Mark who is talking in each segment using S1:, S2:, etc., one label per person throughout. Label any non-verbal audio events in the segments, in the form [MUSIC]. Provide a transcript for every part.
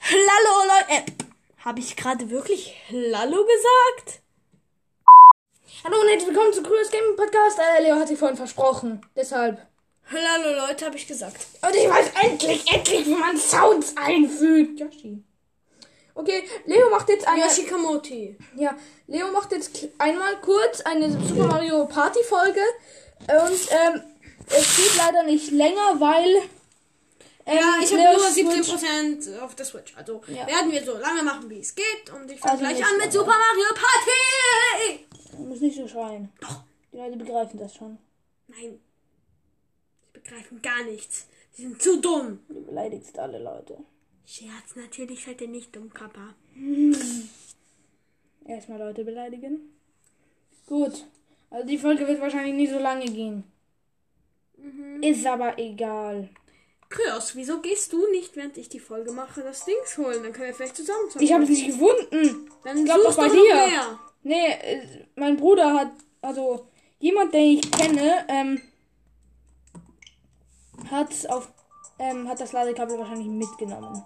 S1: Hallo Leute. Äh, Habe ich gerade wirklich Hallo gesagt?
S2: Hallo und herzlich willkommen zu Grünes Gaming Podcast. Äh, Leo hat sich vorhin versprochen. Deshalb.
S1: Hallo Leute, habe ich gesagt.
S2: Und ich weiß endlich, endlich, wie man Sounds einfügt. Yoshi. Okay, Leo macht jetzt
S3: Ah,
S2: eine.
S1: Yoshikamoto.
S2: Ja, Leo macht jetzt kl- einmal kurz eine Super Mario Party Folge. Und ähm, es geht leider nicht länger, weil. ähm,
S3: Ja, ich habe
S2: Leos
S3: nur
S2: Switch-
S3: 17% auf der Switch. Also
S2: Ja.
S3: werden wir so lange machen, wie es geht. Und ich fange
S2: Also
S3: gleich
S2: nicht
S3: an
S2: lange.
S3: mit Super Mario Party!
S2: Du musst nicht so schreien.
S3: Doch.
S2: Die Leute begreifen das schon.
S3: Nein. Die begreifen gar nichts. Die sind zu dumm.
S2: Du beleidigst alle Leute.
S3: Scherz, natürlich seid ihr nicht dumm, Kappa.
S2: Erstmal Leute beleidigen. Gut. Also die Folge wird wahrscheinlich nicht so lange gehen.
S3: Mhm.
S2: Ist aber egal.
S3: Kryos, wieso gehst du nicht, während ich die Folge mache, das Dings holen? Dann können wir vielleicht zusammen zocken.
S2: Ich habe es nicht gefunden.
S3: Dann
S2: glaub
S3: such
S2: doch bei
S3: doch
S2: dir.
S3: noch mehr.
S2: Nee, äh, mein Bruder hat, also jemand, den ich kenne, ähm, hat auf, ähm, hat das Ladekabel wahrscheinlich mitgenommen.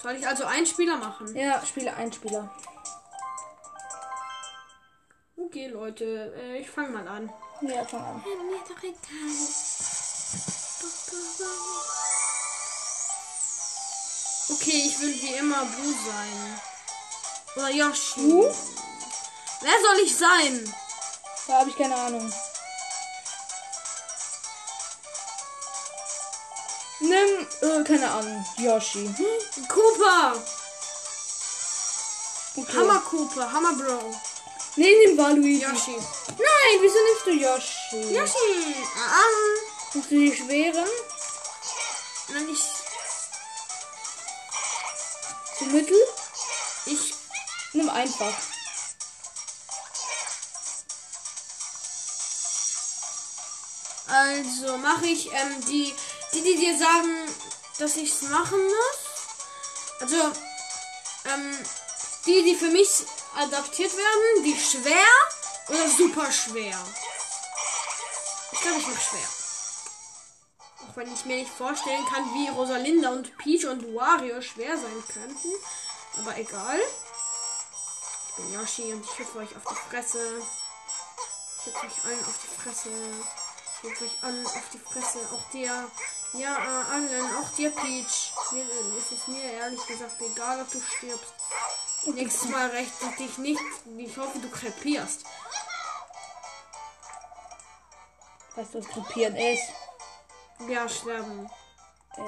S3: Soll ich also einen Spieler machen?
S2: Ja, Spieler, ein Spieler.
S3: Okay, Leute, äh, ich fange mal an.
S2: Ja, fang an.
S3: Mir doch egal. Okay, ich will wie immer Bu sein. Oder Yoshi.
S2: Du?
S3: Wer soll ich sein?
S2: Da habe ich keine Ahnung. Nimm, äh, keine Ahnung, Yoshi.
S3: Cooper!
S2: Okay.
S3: Hammer Cooper, Hammer Bro.
S2: Nee, nimm Waluigi.
S3: Yoshi.
S2: Nein, wieso nimmst du Yoshi?
S3: Yoshi! Ah, ah.
S2: Nimmst du die schweren?
S3: Nein, ich.
S2: Zu mittel?
S3: Ich.
S2: Nimm einfach.
S3: Also mache ich ähm, die. Die, die dir sagen, dass ich es machen muss. Also. Ähm, die, die für mich adaptiert werden, die schwer oder super schwer. Ich glaube, ich mache schwer. Auch wenn ich mir nicht vorstellen kann, wie Rosalinda und Peach und Wario schwer sein könnten. Aber egal. Ich bin Yoshi und ich hüpfe euch auf die Fresse. Ich hüpfe euch allen auf die Fresse. Ich hüpfe euch allen auf die Fresse. Auch dir. Ja, äh, allen. Auch dir, Peach. Mir, äh, es ist mir ehrlich gesagt egal, ob du stirbst. Nächstes Mal recht ich dich nicht. Ich hoffe, du krepierst.
S2: Weißt du, was krepieren ist?
S3: Ja, sterben.
S2: Äh,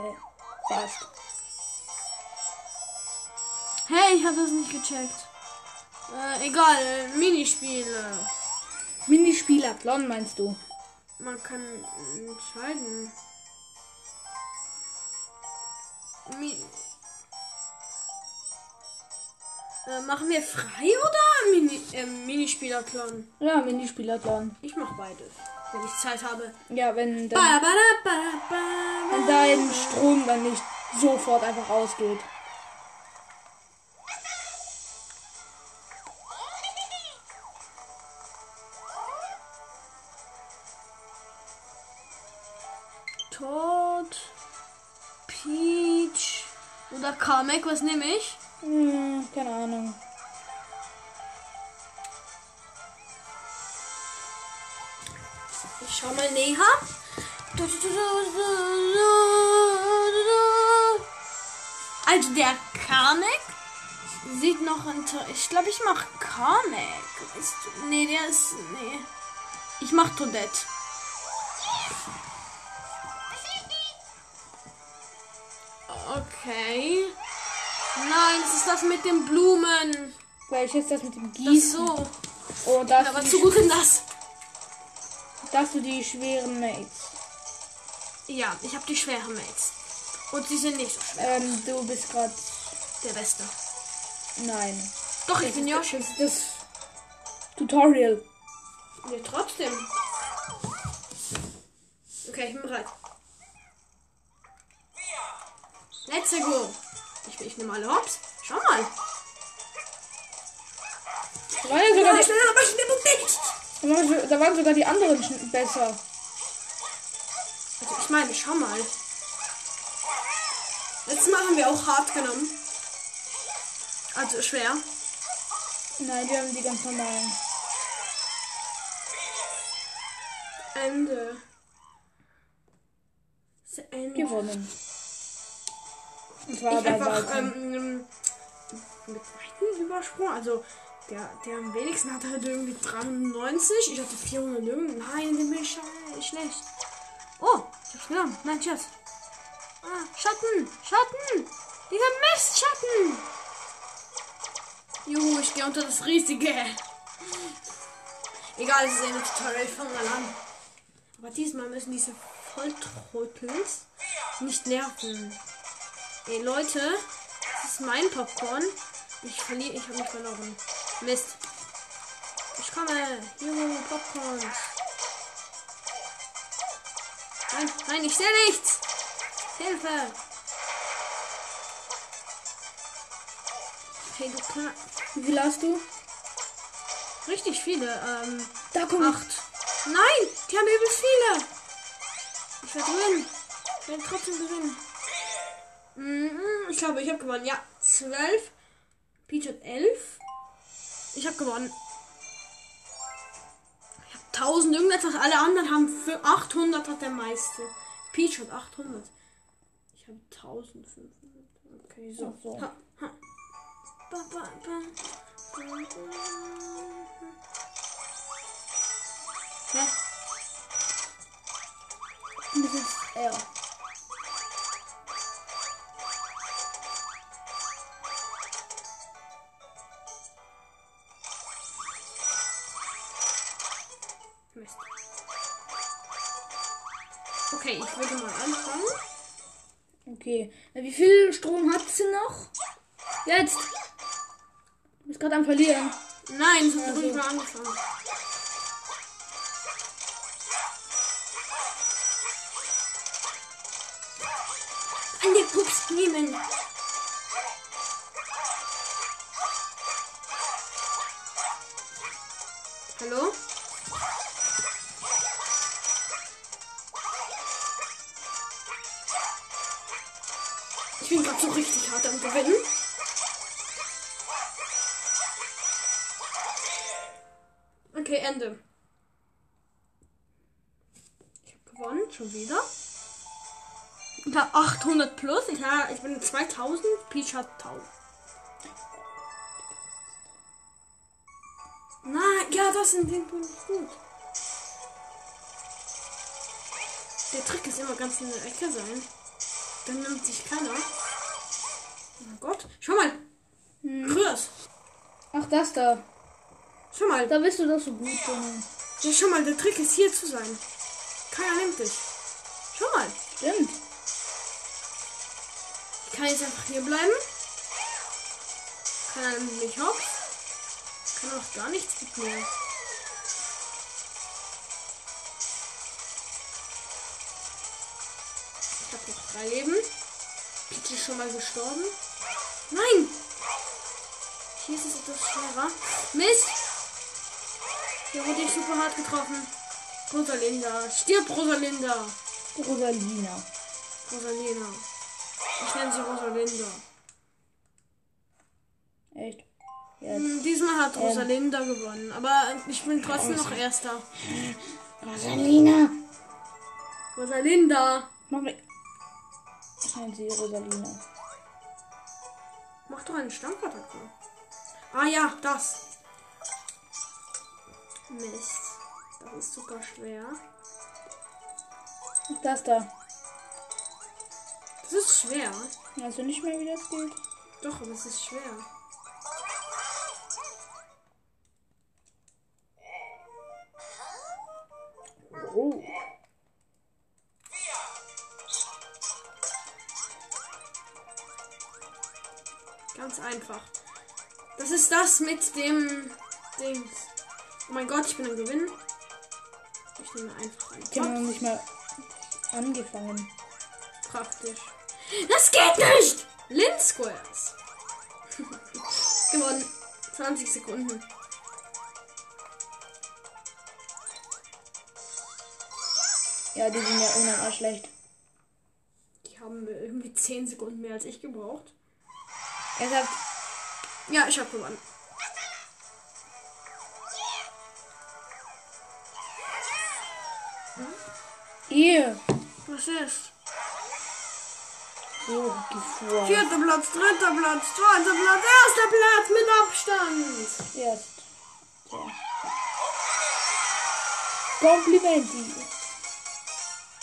S2: fast.
S3: Hey, ich hab das nicht gecheckt. Äh, egal, äh, Minispiele.
S2: Minispielathlon meinst du?
S3: Man kann entscheiden. Mi äh, machen wir frei oder Mini äh, Minispielathlon?
S2: Ja, Minispielathlon.
S3: Ich mach beides, wenn ich Zeit habe.
S2: Ja, wenn dann,
S3: Ba, ba, da, ba, ba,
S2: wenn dein Strom dann nicht sofort einfach ausgeht.
S3: Todd, Peach oder Kamek, was nehme ich?
S2: Hm, keine Ahnung.
S3: Ich schau mal näher. Also der Kamek sieht noch inter Ich glaube, ich mach Kamek. Ist, nee, der ist. Nee. Ich mach Toadette. Okay. Nein, es ist das mit den Blumen.
S2: Welches das mit dem
S3: Das ist
S2: Gießen?
S3: so.
S2: Oh, das,
S3: Aber
S2: die,
S3: zu gut in das.
S2: das du die schweren Mates.
S3: Ja, ich habe die schweren Mates. Und die sind nicht so schwer.
S2: Ähm, du bist gerade.
S3: Der Beste.
S2: Nein.
S3: Doch, ich bin Yoshi.
S2: Das ist das Tutorial.
S3: Ja, trotzdem. Okay, ich bin bereit. Let's go. Ich, ich nehme alle Hops. Schau mal.
S2: Da waren, ja sogar die,
S3: aber schneller nicht.
S2: da waren so- da waren sogar die anderen schn- besser.
S3: Also ich meine, schau mal. Jetzt machen wir auch hart genommen. Also schwer.
S2: Nein, wir haben die ganz normalen.
S3: Ende. Das Ende.
S2: Gewonnen. Und zwar
S3: ich
S2: bei
S3: einfach
S2: Weitem.
S3: ähm, mit weitem Übersprung, also der, der am wenigsten hatte halt irgendwie 390, ich hatte 400 irgendwie. Nein, den bin ich sche- schlecht. Oh, ich hab's genommen. Nein, tschüss. Ah, Schatten, Schatten, dieser Mistschatten. Juhu, ich gehe unter das riesige. Egal, es ist eh ein Tutorial, ich fang mal an. Aber diesmal müssen diese Volltrottels nicht nerven. Ey Leute, das ist mein Popcorn. Ich verliere, ich habe mich verloren. Mist. Ich komme. Juhu, Popcorn. Nein, nein, ich sehe nichts. Hilfe. Hey, du Kna
S2: Wie viel hast du?
S3: Richtig viele. Ähm,
S2: Da kommt.
S3: acht. Nein, die haben übelst viele. Ich werde gewinnen. Ich werde trotzdem gewinnen. Mhm, Ich glaube, ich habe gewonnen. Ja, 12. Peach hat 11. Ich habe gewonnen. Ich habe 1000 irgendetwas. Alle anderen haben fü- 800 hat der meiste. Peach hat 800. Ich habe 1500. Okay, so.
S2: Ach so.
S3: Ha, ha. Ba, ba, ba. Ba, ba. Hä?
S2: Das ist er.
S3: Mist. Okay, ich würde mal anfangen.
S2: Okay. Na, Wie viel Strom hat sie noch? Jetzt! Du bist gerade am Verlieren.
S3: Nein, so habe ich mal angefangen. An der Pups nehmen. Hallo? Ich bin gerade so richtig hart am Gewinnen. Okay, Ende. Ich habe gewonnen, schon wieder. Ich habe 800 plus. Ich, hab, ich bin 2000. Peach hat 1000. Nein, ja, das sind den Punkt nicht gut. Der Trick ist immer ganz in der Ecke sein. Dann nimmt sich keiner. Oh mein Gott. Schau mal. Rühr's.
S2: Ach, das da.
S3: Schau mal.
S2: Da bist du doch so gut drin.
S3: Ja, schau mal, der Trick ist hier zu sein. Keiner nimmt dich. Schau mal.
S2: Stimmt.
S3: Ich kann jetzt einfach hier bleiben. Keiner nimmt mich hops. Kann auch gar nichts mit mir. Ich habe noch drei Leben. Peach ist schon mal gestorben. Nein! Hier ist es etwas schwerer. Mist! Hier wurde ich super hart getroffen. Rosalinda. Stirb, Rosalinda!
S2: Rosalina.
S3: Rosalina. Ich nenne sie Rosalinda.
S2: Echt? Jetzt.
S3: Hm, Diesmal hat Rosalinda gewonnen, aber ich bin trotzdem noch Erster.
S2: Rosalina!
S3: Rosalinda,
S2: Mach weg. Ich nenne sie Rosalina.
S3: mach doch einen Stampfattacke. Ah ja, das. Mist. Das ist sogar schwer.
S2: Ach, das da.
S3: Das ist schwer.
S2: Weißt du Also nicht mehr, wie das geht?
S3: Doch, aber es ist schwer.
S2: Oh.
S3: Ganz einfach. Das ist das mit dem Dings. Oh mein Gott, ich bin am Gewinnen. Ich nehme einfach einen
S2: Ich habe noch
S3: Top.
S2: nicht mal angefangen.
S3: Praktisch. Das geht nicht! Lint Squares. [LAUGHS] Gewonnen. 20 Sekunden.
S2: Ja, die sind ja unnormal schlecht.
S3: Die haben irgendwie 10 Sekunden mehr als ich gebraucht.
S2: Er sagt,
S3: Ja, ich hab gewonnen.
S2: Ihr.
S3: Was ist?
S1: Oh,
S2: So, die vor.
S3: Vierter Platz, dritter Platz, zweiter Platz, erster Platz mit Abstand.
S2: Erst. So. Komplimenti.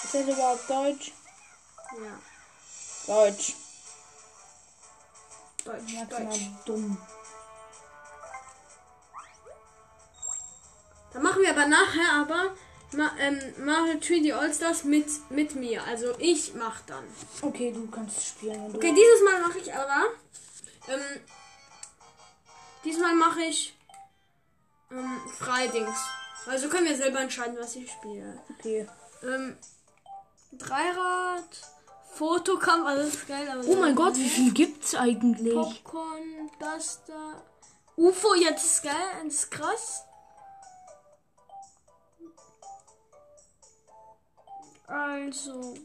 S2: Ist das überhaupt Deutsch?
S3: Ja,
S2: Deutsch.
S3: Deutsch,
S2: Maximal
S3: Deutsch.
S2: dumm.
S3: Dann machen wir aber nachher aber Ma ähm, Mario 3D Allstars mit, mit mir. Also ich mach dann.
S2: Okay, du kannst spielen, wenn du.
S3: Okay, dieses Mal mache ich aber. Ähm, diesmal mache ich ähm, Freidings. Also können wir selber entscheiden, was ich spiele.
S2: Okay.
S3: Ähm, Dreirad, Fotokampf, alles geil. Aber
S1: Oh mein Gott, wie viel gibt's eigentlich?
S3: Popcorn, das da. UFO, ja, das ist geil, das ist krass. Also.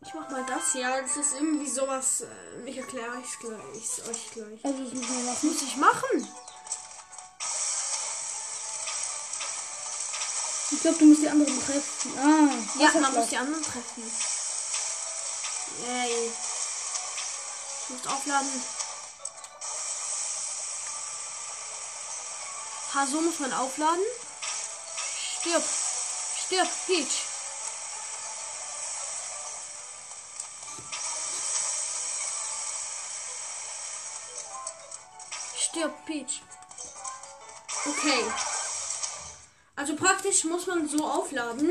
S3: Ich mach mal das hier, das ist irgendwie sowas. äh, Ich erkläre euch gleich, ich's euch gleich.
S2: Also, ich muss mal was
S3: Muss ich machen?
S2: Ich glaube, du musst die anderen treffen. Ah,
S3: Ja,
S2: Wasserschlag.
S3: man muss die anderen treffen. Yay. Ich muss aufladen. Ha, so muss man aufladen. Stirb. Stirb, Peach. Stirb, Peach. Okay. Also praktisch muss man so aufladen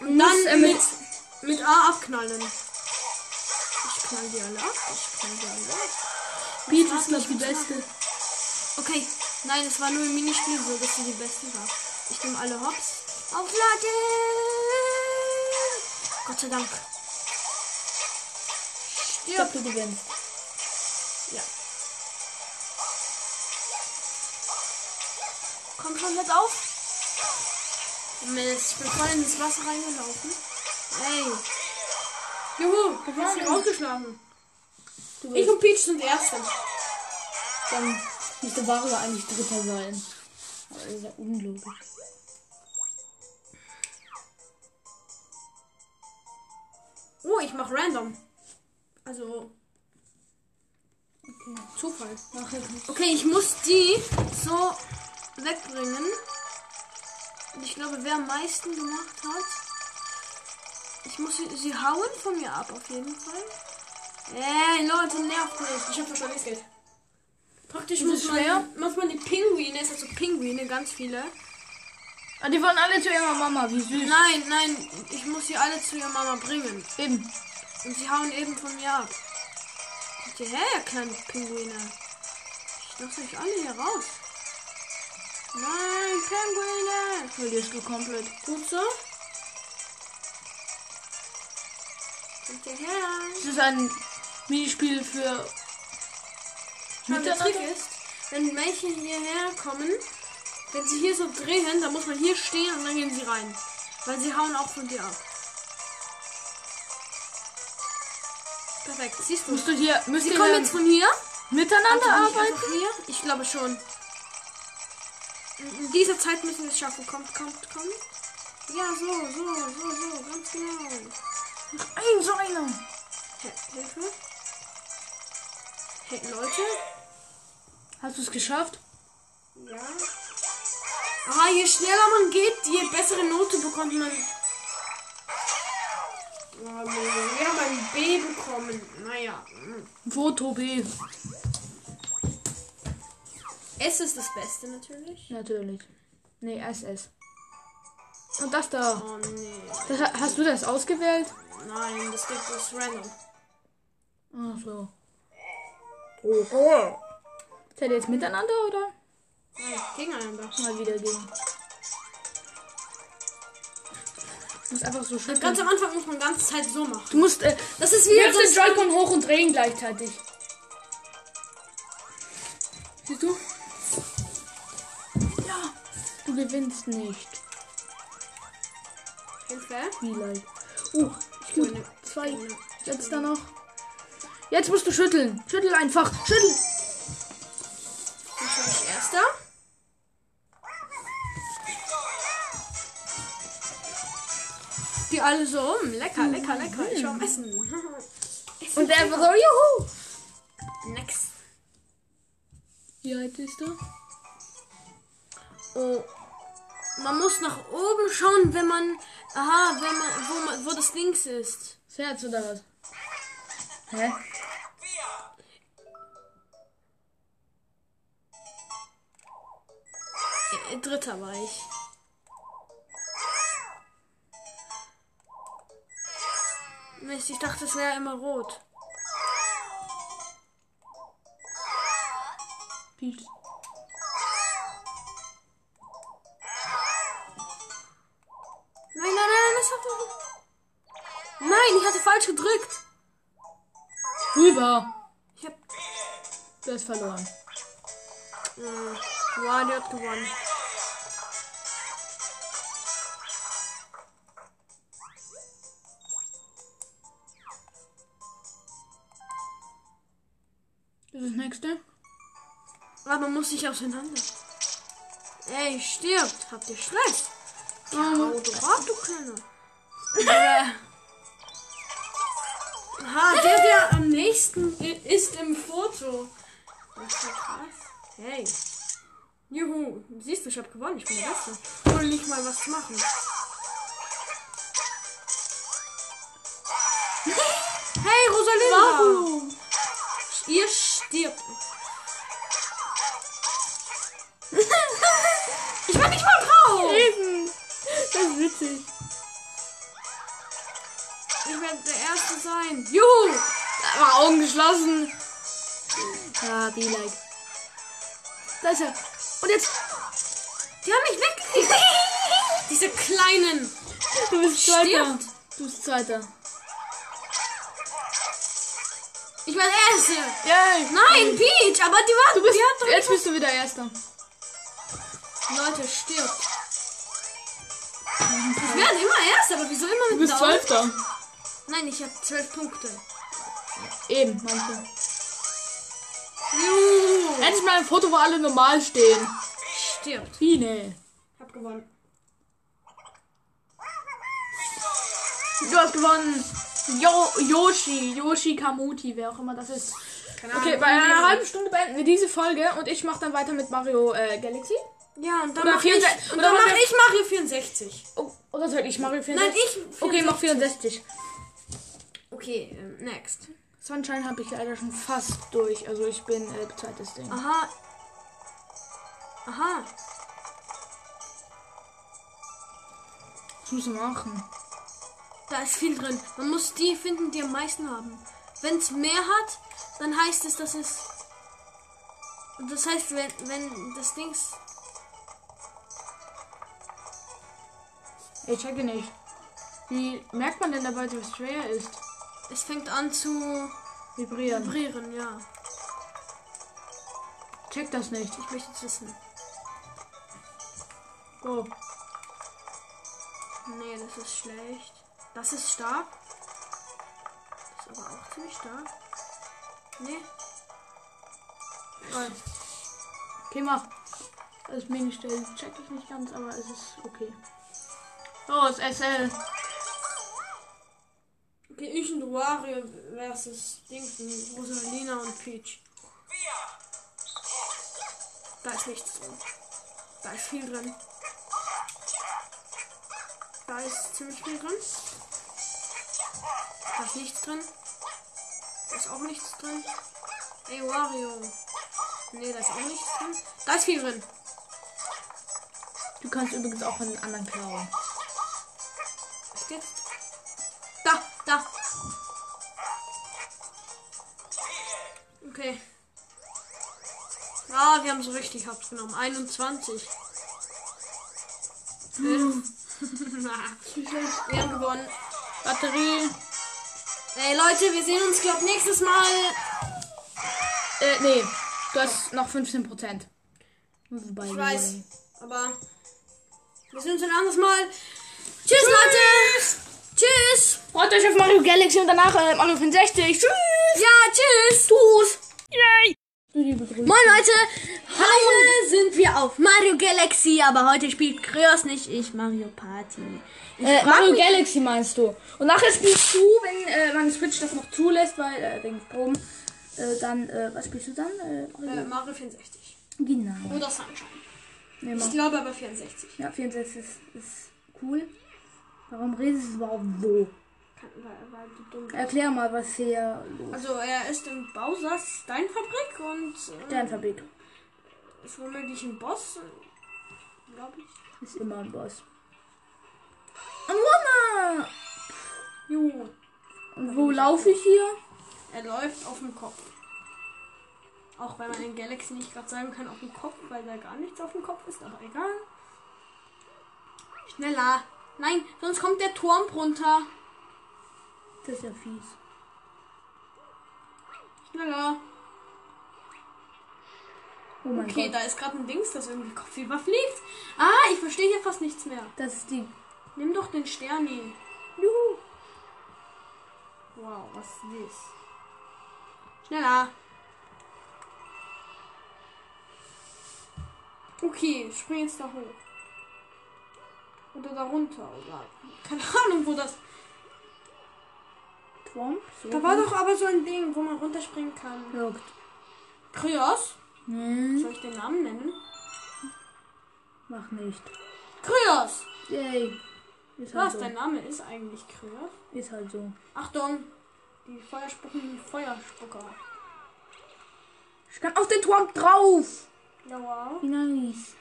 S3: und
S2: Muss,
S3: dann
S2: äh,
S3: mit,
S2: mit-
S3: mit A abknallen. Ich knall die alle ab. Ich knall die alle ab.
S2: Peach
S3: Ach,
S2: ist, glaube ich, die
S3: das ist
S2: beste.
S3: Okay, nein, es war nur im Minispiel so, dass sie die Besten war. Ich nehme alle Hops. Aufladen! Gott sei Dank.
S2: Ich glaube, du gewinnst.
S3: Ja. Komm schon, hört auf. Mist, ich bin voll ins Wasser reingelaufen. Ey. Juhu, du hast mich rausgeschlagen.
S2: Du
S3: Ich
S2: wirst
S3: und Peach sind Erste.
S2: dann müsste Ware eigentlich Dritter sein. Aber das ist ja unlogisch.
S3: Oh, ich mach random. Also. Zufall.
S2: Nachher kann
S3: Okay, ich muss die so wegbringen. Und ich glaube, wer am meisten gemacht hat. Ich muss sie, sie hauen von mir ab, auf jeden Fall. Ey, Leute, nervt mich. Ich hab verstanden, wie es geht. Praktisch muss
S1: es
S3: man,
S1: schwer?
S3: muss man die Pinguine, es hat so Pinguine, ganz viele.
S1: Ah, die wollen alle zu ihrer Mama, wie süß.
S3: Nein, nein, ich muss sie alle zu ihrer Mama bringen.
S1: Eben.
S3: Und sie hauen eben von mir ab. Kommt ihr her, ihr kleinen Pinguine. Ich lasse euch alle hier raus. Nein, Pinguine.
S1: Verlierst du komplett.
S3: Gut so. Kommt ihr her.
S1: Es ist ein Minispiel für
S3: Schau, der
S1: Miteinander?
S3: Trick ist, wenn Mädchen hierher kommen, wenn sie hier so drehen, dann muss man hier stehen und dann gehen sie rein. Weil sie hauen auch von dir ab. Perfekt, siehst du.
S1: Musst du hier, müsst
S3: Sie
S1: ihr
S3: kommen
S1: dann
S3: jetzt von hier.
S1: miteinander
S3: Also bin ich
S1: arbeiten?
S3: einfach hier? Ich glaube schon. In in dieser Zeit müssen wir es schaffen. Kommt, kommt, kommt. Ja, so, so, so, so, ganz genau.
S1: Ein so einer.
S3: Hä, Hilfe. Hey, Leute.
S1: Hast du es geschafft?
S3: Ja. Ah, je schneller man geht, je bessere Note bekommt man. Oh, nee, wir haben ein B bekommen. Naja. hm.
S1: Wo, Tobi?
S3: S ist das Beste natürlich.
S1: Natürlich. Nee, SS. Und das da.
S3: Oh nee.
S1: Das, ha- hast du das ausgewählt?
S3: Nein, das geht das random.
S1: Ach so. Seid ihr jetzt miteinander oder?
S3: Nein, gegeneinander.
S1: Mal wieder gehen. Du musst einfach so schütteln.
S3: Ganz am Anfang muss man ganze Zeit so machen.
S1: du musst, äh,
S3: Das ist
S1: du
S3: wieder
S1: den
S3: so.
S1: Joy-Con hoch und drehen gleichzeitig. Siehst du? Ja. Du gewinnst nicht.
S3: Hilfe.
S1: Wie leid. Oh, ich
S3: Ohne-
S1: zwei.
S3: ohne-
S1: Letzter noch.
S2: Jetzt musst du schütteln. Schüttel einfach. Schüttel.
S3: Natürlich erster. Die alle so um. Lecker, lecker, lecker. Ich war am Essen.
S2: Und der einfach so, juhu.
S3: [LAUGHS] Next.
S2: Wie alt ist er?
S3: Oh. Man muss nach oben schauen, wenn man. Aha, wenn man. Wo, man, wo das links ist.
S2: Das Herz oder was? Hä?
S3: Äh, Dritter war ich. Mist, ich dachte, es wäre immer rot.
S2: Piet.
S3: Nein, nein, nein, nein, das hat doch. Nein, ich hatte falsch gedrückt.
S2: Rüber.
S3: Ich hab.
S2: Der ist verloren.
S3: Äh, wow, der hat gewonnen.
S2: Das ist das nächste.
S3: Aber man muss sich auseinander. Ey, stirbt. Habt ihr Stress? Hau doch ab, du Kleiner. Äh. Aha, der, der am nächsten i- ist im Foto. Das ist ja krass. Hey. Juhu. Siehst du, ich hab gewonnen. Ich bin der Beste. Ohne nicht mal was zu machen. Hey, Rosalinda. Ihr stirbt. Ich war nicht mal drauf.
S2: Eben. [LAUGHS] Das ist witzig.
S3: Ich werde der Erste sein. Juhu! Aber Augen geschlossen.
S2: Ah, be like. Da ist er. Und jetzt.
S3: Die haben mich weggekriegt. Diese kleinen.
S2: Du bist
S3: Zweiter.
S2: Du bist Zweiter.
S3: Ich war der Erste.
S2: Yay.
S3: Nein, Peach, aber die war...
S2: Du bist,
S3: die hat doch...
S2: jetzt bist du wieder Erster.
S3: Leute, stirbt. Ich werde immer Erster, aber wieso immer mit
S2: Du bist
S3: Daumen?
S2: Zwölfter.
S3: Nein, ich habe zwölf Punkte.
S2: Eben, manche.
S3: Juhu!
S2: Endlich mal ein Foto, wo alle normal stehen.
S3: Stirbt.
S2: Biene.
S3: Hab gewonnen.
S2: Du hast gewonnen. Yo Yoshi, Yoshi Kamuti, wer auch immer das ist.
S3: Keine Ahnung.
S2: Okay, bei einer halben Stunde beenden wir diese Folge und ich mache dann weiter mit Mario äh, Galaxy.
S3: Ja, und dann
S2: Oder
S3: mach ich...
S2: 64
S3: Und
S2: oder
S3: dann
S2: mach
S3: mach
S2: ich-
S3: ich Mario 64.
S2: Oh, oder soll ich Mario 64?
S3: Nein, ich...
S2: Okay, mach 64.
S3: Okay, ähm, next.
S2: Sunshine habe ich leider schon fast durch. Also ich bin äh, zweites Ding.
S3: Aha. Aha.
S2: Was muss ich machen?
S3: Da ist viel drin. Man muss die finden, die am meisten haben. Wenn es mehr hat, dann heißt es, dass es. Und Das heißt, wenn, wenn das Dings.
S2: Ich checke nicht. Wie merkt man denn dabei, dass es schwer ist?
S3: Es fängt an zu
S2: Vibrieren.
S3: vibrieren, ja.
S2: Check das nicht.
S3: Ich möchte es wissen.
S2: Oh.
S3: Nee, das ist schlecht. Das ist stark. Das ist aber auch ziemlich stark. Nee.
S2: Toll. Okay, mach. Das Ministell check ich nicht ganz, aber es ist okay. Oh, Los, SL.
S3: Okay, ich und Wario versus Dings, Rosalina und Peach. Da ist nichts drin. Da ist viel drin. Da ist ziemlich viel drin. Da ist nichts drin. Da ist auch nichts drin. Ey, Wario. Nee, da ist auch nichts drin. Da ist viel drin.
S2: Du kannst übrigens auch von den anderen klauen.
S3: Was geht? Da, da. Okay. Ah, wir haben so richtig Hops genommen. 21. [LAUGHS] wir haben gewonnen.
S2: Batterie.
S3: Ey Leute, wir sehen uns glaube nächstes Mal.
S2: Äh, nee. Du hast noch 15%. By
S3: Ich
S2: the
S3: weiß.
S2: way.
S3: Aber wir sehen uns ein anderes Mal. Tschüss, Leute. Tschüss.
S1: Freut euch auf Mario Galaxy und danach äh, Mario 64. Tschüss.
S3: Ja, tschüss. Tschüss. Moin Leute, heute sind wir auf Mario Galaxy, aber heute spielt Kreos nicht, ich Mario Party. Ich
S2: Äh,
S3: frag
S2: Mario
S3: mich-
S2: Galaxy meinst du? Und nachher spielst du, wenn äh, man Switch das noch zulässt, weil äh, wegen Strom, äh, dann, äh, was spielst du dann? Äh, Mario-
S3: äh, Mario 64
S2: Genau.
S3: oder Sunshine.
S2: Nee,
S3: Ich
S2: mach.
S3: glaube aber 64.
S2: Ja, 64 ist, ist cool. Warum redest du überhaupt so?
S3: Kann- weil- weil du dumm bist.
S2: Erklär mal, was hier los
S3: Also er ist in Bowser's Steinfabrik und äh,
S2: Sternfabrik
S3: ist womöglich ein Boss, glaube ich.
S2: ist immer ein Boss. Und Wunder!
S3: Jo,
S2: Und wo laufe ich hier?
S3: er läuft auf dem Kopf. Auch wenn man in Galaxy nicht gerade sagen kann auf dem Kopf, weil da gar nichts auf dem Kopf ist, aber egal. Schneller. Nein, sonst kommt der Turm runter.
S2: Das ist ja fies.
S3: Schneller.
S2: Oh mein
S3: Okay,
S2: Gott.
S3: da ist gerade ein Dings, das irgendwie kopfüber fliegt. Ah, ich verstehe hier fast nichts mehr.
S2: Das ist die.
S3: Nimm doch den Sterni.
S2: Juhu!
S3: Wow, was ist das? Schneller. Okay, spring jetzt da hoch. Oder da runter, oder? Keine Ahnung, wo das.
S2: Turm? So
S3: Da war doch aber so ein Ding, wo man runterspringen kann.
S2: Wirkt.
S3: Kryos?
S2: Hm,
S3: Soll ich den Namen nennen?
S2: mach nicht.
S3: Kryos!
S2: Yay. Ist halt,
S3: Was?
S2: so.
S3: Dein Name ist eigentlich Kryos?
S2: ist halt so.
S3: Achtung! Die Feuerspucken, Feuerspucker.
S2: Ich kann auf den Turm drauf.
S3: Ja, wow.
S2: Wie nice.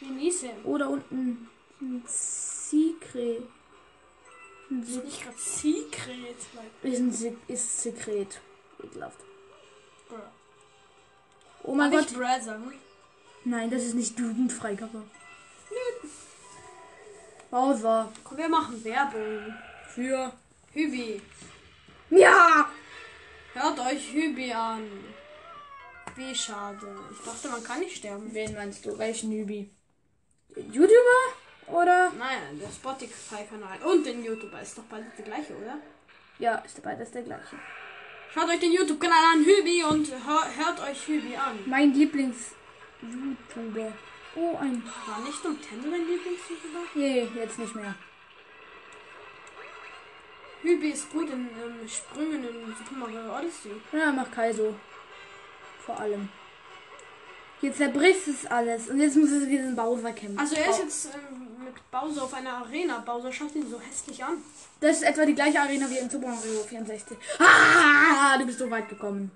S3: Genieße.
S2: Oder unten. Ein Secret. Ein
S3: Ist
S2: Se-
S3: nicht gerade Secret. Like,
S2: Ist ein Se ist Sekret. Ekelhaft.
S3: bruh.
S2: Oh mein
S3: Darf
S2: Gott.
S3: ich Brad sagen?
S2: Nein, das ist nicht jugendfrei, Kappa. Bowser.
S3: Komm, wir machen Werbung.
S2: Für.
S3: Hübi.
S2: Ja!
S3: Hört euch Hübi an. Wie schade. Ich dachte, man kann nicht sterben.
S2: Wen meinst du? Welchen Nübi? Den YouTuber? Oder?
S3: Nein, der Spotify-Kanal und den YouTuber ist doch bald der gleiche, oder?
S2: Ja, ist beides der gleiche.
S3: Schaut euch den YouTube-Kanal an, Hübi, und hör, hört euch Hübi an.
S2: Mein Lieblings-YouTuber. Oh, ein.
S3: War nicht um Nintendo dein Lieblings-YouTuber?
S2: Nee, jetzt nicht mehr.
S3: Hübi ist gut in ähm, Sprüngen in Super Mario Odyssey.
S2: Ja, mach Kaiso. Vor allem. Jetzt zerbricht es alles. Und jetzt muss es gegen den Bowser kämpfen. Oh,
S3: Also er ist jetzt ähm, mit Bowser auf einer Arena. Bowser schaut ihn so hässlich an.
S2: Das ist etwa die gleiche Arena wie in Super Mario 64. Ah, du bist so weit gekommen.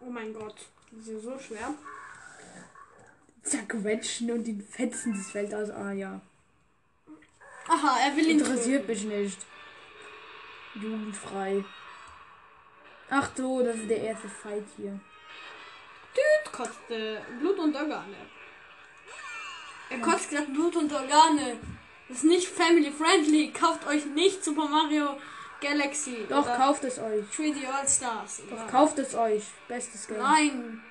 S3: Oh mein Gott, das ist ja so schwer.
S2: Zerquetschen und den Fetzen des Feld aus. Ah ja.
S3: Aha, er will ihn
S2: Interessiert mich nicht. Jugendfrei. Ach so, das ist der erste Fight hier.
S3: Dude kotzt äh, Blut und Organe. Er kotzt gerade Blut und Organe. Das ist nicht family friendly. Kauft euch nicht Super Mario Galaxy.
S2: Doch,
S3: oder
S2: kauft es euch.
S3: 3D All Stars.
S2: Doch,
S3: oder-
S2: kauft es euch. Bestes Game.
S3: Nein,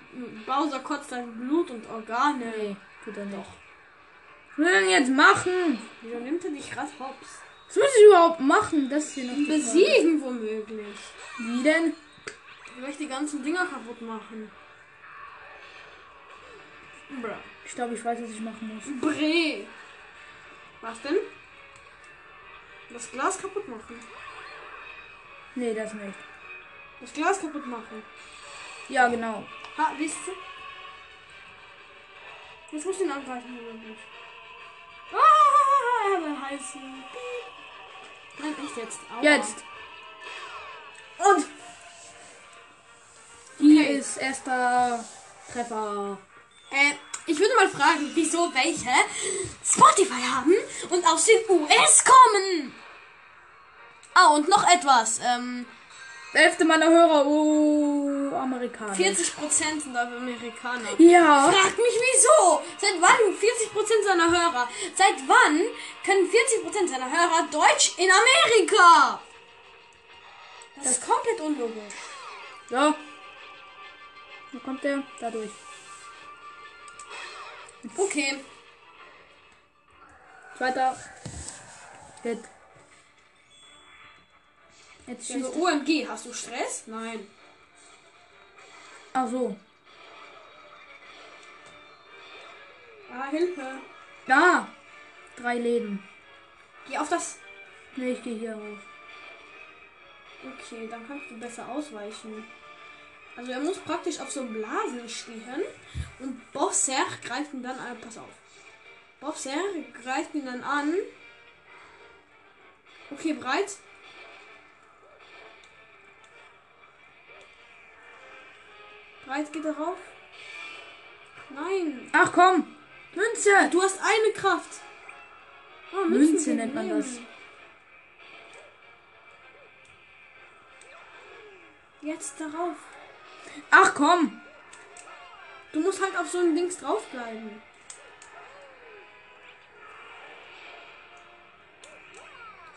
S3: Bowser kotzt dann Blut und Organe.
S2: Nee, tut er nicht. Was will er denn jetzt machen?
S3: Wieso nimmt er dich gerade hops?
S2: Was muss ich überhaupt machen? Das ist hier noch die
S3: Besiegen womöglich.
S2: Frage. Wie denn?
S3: Vielleicht die ganzen Dinger kaputt machen. Bruh.
S2: Ich glaube, ich weiß, was ich machen muss.
S3: Bre. Was denn? Das Glas kaputt machen.
S2: Nee, das nicht.
S3: Das Glas kaputt machen.
S2: Ja, genau.
S3: Ha, siehst du? Jetzt muss ich ihn angreifen, womöglich. Ah, mein Hals. Piep. Nein, nicht jetzt. Aua.
S2: Jetzt.
S3: Und.
S2: Hier
S3: Okay.
S2: ist erster Treffer.
S3: Äh, ich würde mal fragen, wieso welche Spotify haben und aus den US kommen. Ah, und noch etwas. Ähm,
S2: Hälfte meiner Hörer. Oh, Amerikaner.
S3: 40% sind aber Amerikaner.
S2: Ja.
S3: Frag mich wieso? Seit wann 40% seiner Hörer? Seit wann können 40% seiner Hörer Deutsch in Amerika? Das, ist komplett unlogisch.
S2: Ja. Wo kommt der? Dadurch.
S3: Okay.
S2: Zweiter. Hit. Jetzt
S3: Also,
S2: schießt.
S3: OMG, hast du Stress? Nein.
S2: Ach so.
S3: Ah, Hilfe.
S2: Da! Drei Leben.
S3: Geh auf das.
S2: Nee, ich gehe hier hoch.
S3: Okay, dann kannst du besser ausweichen. Also er muss praktisch auf so einem Blasen stehen und Bosser greift ihn dann an. Pass auf. Bosser greift ihn dann an. Okay, bereit? Bereit geht er rauf? Nein.
S2: Ach komm! Münze!
S3: Du hast eine Kraft. Oh,
S2: Münze
S3: gegen
S2: nennt man
S3: Leben.
S2: das.
S3: Jetzt darauf.
S2: Ach komm!
S3: Du musst halt auf so einem Dings draufbleiben.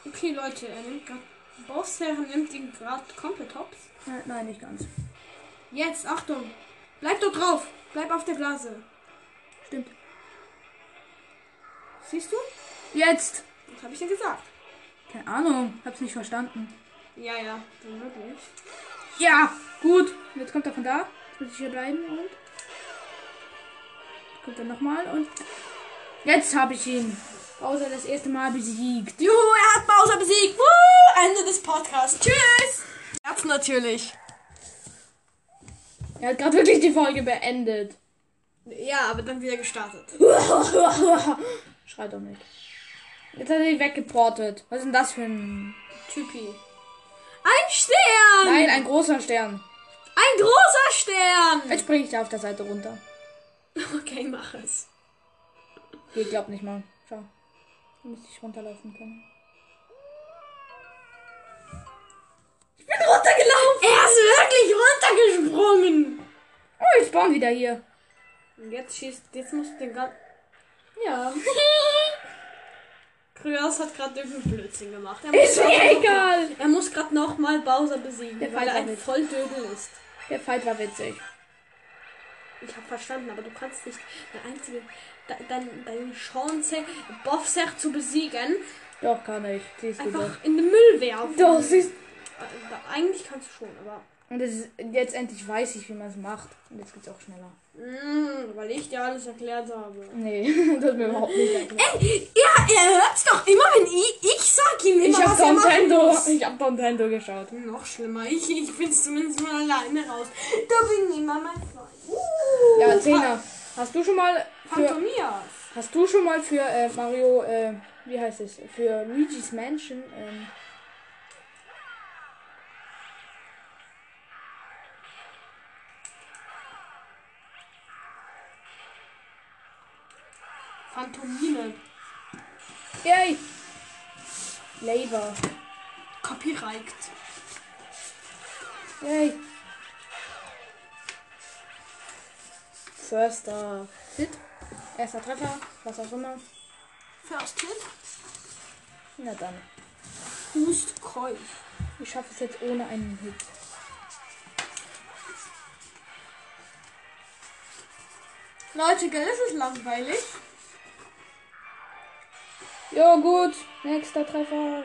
S3: Okay, Leute, er nimmt gerade. Bossherr nimmt ihn gerade komplett hops.
S2: Äh, nein, nicht ganz.
S3: Jetzt, Achtung! Bleib dort drauf! Bleib auf der Blase.
S2: Stimmt.
S3: Siehst du?
S2: Jetzt!
S3: Das habe ich dir gesagt.
S2: Keine Ahnung, hab's nicht verstanden.
S3: Ja, ja, dann wirklich.
S2: Ja, gut. Jetzt kommt er von da. Jetzt muss ich hier bleiben und. Kommt er nochmal und. Jetzt habe ich ihn. Bowser das erste Mal besiegt.
S3: Juhu, er hat Bowser besiegt. Woo! Ende des Podcasts. Tschüss! Herz natürlich.
S2: Er hat gerade wirklich die Folge beendet.
S3: Ja, aber dann wieder gestartet.
S2: Schreit doch nicht. Jetzt hat er ihn weggeportet. Was ist denn das für ein.
S3: Typi. Ein Stern!
S2: Nein, ein großer Stern.
S3: Ein großer Stern!
S2: Jetzt springe ich da auf der Seite runter.
S3: Okay, mach es.
S2: Ich glaub nicht mal. Schau. Da müsste ich runterlaufen können.
S3: Ich bin runtergelaufen! Er ist wirklich runtergesprungen!
S2: Oh, ich spawn wieder hier.
S3: Und jetzt schießt. Jetzt musst du den ganz.
S2: Ja.
S3: Kryos hat gerade irgendeinen Blödsinn gemacht. Er
S2: [LAUGHS] Ist
S3: grad
S2: mir
S3: noch-
S2: egal.
S3: Er muss gerade nochmal Bowser besiegen,
S2: Der
S3: weil er
S2: Fighter
S3: ein
S2: wird.
S3: Volldödel ist.
S2: Der Fight war witzig.
S3: Ich habe verstanden, aber du kannst nicht deine einzige, de, dein, deine Chance, Bowser zu besiegen,
S2: Doch, kann ich. Siehst du doch.
S3: einfach in den Müll werfen.
S2: Doch, siehst
S3: Äh, da- Eigentlich kannst du schon, aber
S2: Und das ist, jetzt endlich weiß ich, wie man es macht. Und jetzt geht's auch schneller.
S3: Mm, weil ich dir alles erklärt habe.
S2: Nee, [LAUGHS] das hat mir überhaupt nicht erklärt.
S3: Ja, er hört's doch immer, wenn ich, ich sag ihm
S2: Ich hab
S3: er machen
S2: Nintendo,
S3: muss.
S2: ich hab Nintendo geschaut.
S3: Noch schlimmer, ich, ich bin's zumindest mal alleine raus. Da bin ich mal mein Freund.
S2: Ja, Zehner. Hast du schon mal für,
S3: Uh, Phantomias.
S2: hast du schon mal für äh, Mario, äh, wie heißt es, für Luigi's Mansion, ähm,
S3: Phantomine.
S2: yay, Labor,
S3: Copyright.
S2: yay, Förster, Hit, erster Treffer, was auch immer,
S3: First Hit.
S2: na dann.
S3: Hust Keuch.
S2: Ich schaffe es jetzt ohne einen Hit.
S3: Leute, gell, ist es langweilig?
S2: Jo, gut. Nächster Treffer.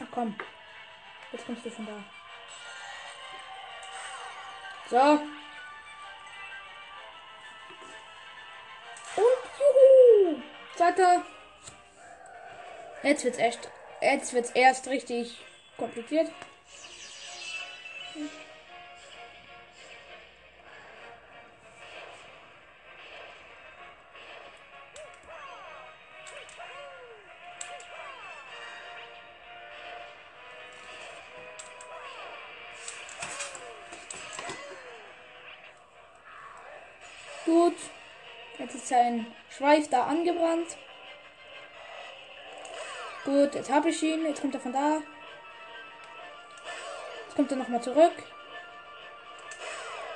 S2: Ach komm. Jetzt kommst du von da. So. Und juhu. Zweiter. Jetzt wird's echt. Jetzt wird's erst richtig kompliziert. Gut. Jetzt ist sein Schweif da angebrannt. Gut, jetzt habe ich ihn. Jetzt kommt er von da. Jetzt kommt er nochmal zurück.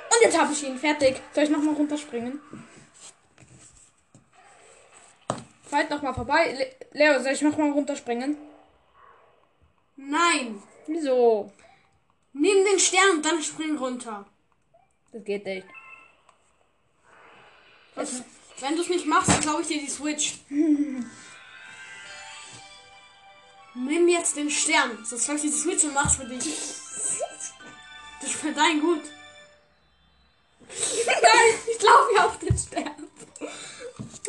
S2: Und jetzt habe ich ihn. Fertig. Soll ich nochmal runterspringen? Fight nochmal vorbei. Le Leo, soll ich nochmal runterspringen?
S3: Nein.
S2: Wieso?
S3: Nimm den Stern und dann spring runter.
S2: Das geht nicht.
S3: Das,
S2: [LAUGHS]
S3: [LAUGHS] wenn du es nicht machst, glaube ich dir die Switch. nimm jetzt den Stern. Sonst läuft dieses Switch und mach's für dich. Das ist für dein Gut. Nein, ich laufe hier auf den Stern.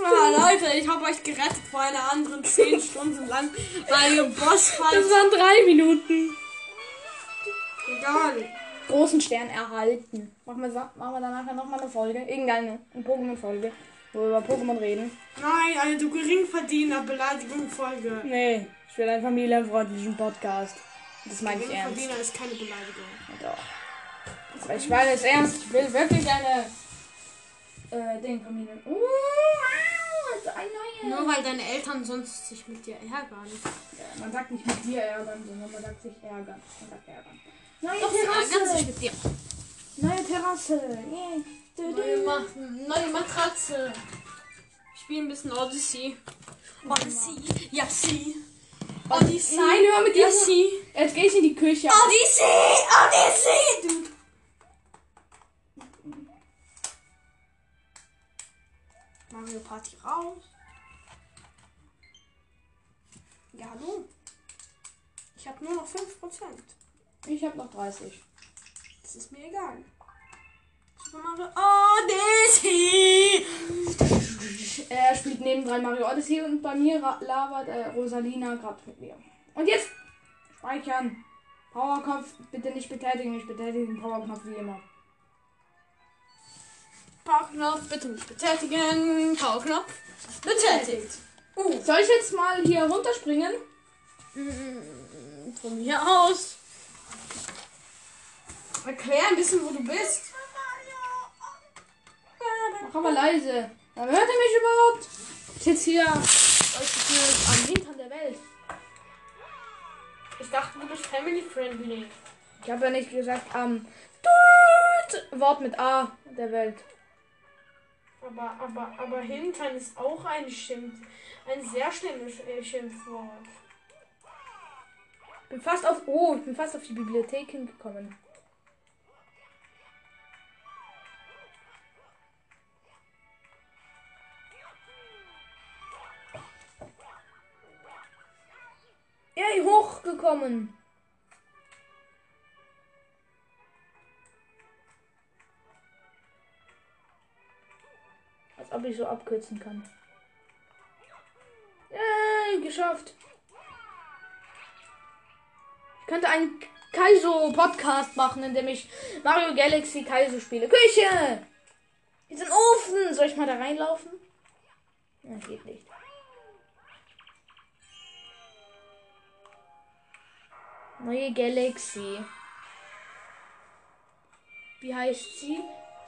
S3: Ah, Leute, ich habe euch gerettet vor einer anderen 10 Stunden lang, weil ihr Bossfight.
S1: Das waren drei Minuten.
S3: Egal.
S2: Großen Stern erhalten. Machen wir, sa- machen wir dann nachher nochmal eine Folge. Irgendeine. Eine Pokémon-Folge. Wo wir über Pokémon reden.
S3: Nein, eine du geringverdiener Beleidigung-Folge.
S2: Nee, ich will einen familienfreundlichen Podcast. Das meine ich ernst.
S3: Geringverdiener ist keine Beleidigung.
S2: Doch. Aber ich meine es ernst. Ich will wirklich eine. Äh, den Familien. Uh, wow, ist ein neuer.
S3: Nur weil deine Eltern sonst sich mit dir ärgern.
S2: Ja, man sagt nicht mit mir ärgern, sondern man sagt sich ärgern. Man sagt ärgern. Neue
S3: Doch, sie ärgern sich
S2: Terrasse!
S3: mit dir.
S2: Neue Terrasse! Yay. Du, du.
S3: Neue, Ma neue Matratze. Ich spiele ein bisschen Odyssey. Odyssey. Ja, sie. Odyssey.
S2: Nein, hör mit
S3: Ja,
S2: diesem-
S3: sie.
S2: Jetzt gehe ich in die Küche.
S3: Oh. Odyssey. Odyssey. Du. Mario Party raus. Ja, hallo. Ich habe nur noch 5%.
S2: Ich habe noch 30.
S3: Das ist mir egal. Super Mario Odyssey.
S2: Er spielt nebendran Mario Odyssey und bei mir ra- labert äh, Rosalina gerade mit mir. Und jetzt speichern. Powerkopf, bitte nicht betätigen. Ich betätige den Powerkopf wie immer.
S3: Powerknopf, bitte nicht betätigen. Powerknopf, betätigt.
S2: Soll ich jetzt mal hier runterspringen?
S3: Von hier aus. Erklär ein bisschen, wo du bist.
S2: Mach aber leise. Dann hört ihr mich überhaupt. Ich sitze hier ausgeführt am Hintern der Welt.
S3: Ich dachte, du bist family-friendly.
S2: Ich habe ja nicht gesagt am Tut Wort mit A der Welt.
S3: Aber, aber, aber Hintern ist auch ein Schimpf. Ein sehr schlimmes äh, Schimpfwort.
S2: Bin fast auf Oh, ich bin fast auf die Bibliothek hingekommen. Yay, hochgekommen. Als ob ich so abkürzen kann. Yay, geschafft. Ich könnte einen Kaizo-Podcast machen, in dem ich Mario Galaxy Kaizo spiele. Küche! Hier ist ein Ofen! Soll ich mal da reinlaufen? Na, geht nicht. Neue Galaxy. Wie heißt sie?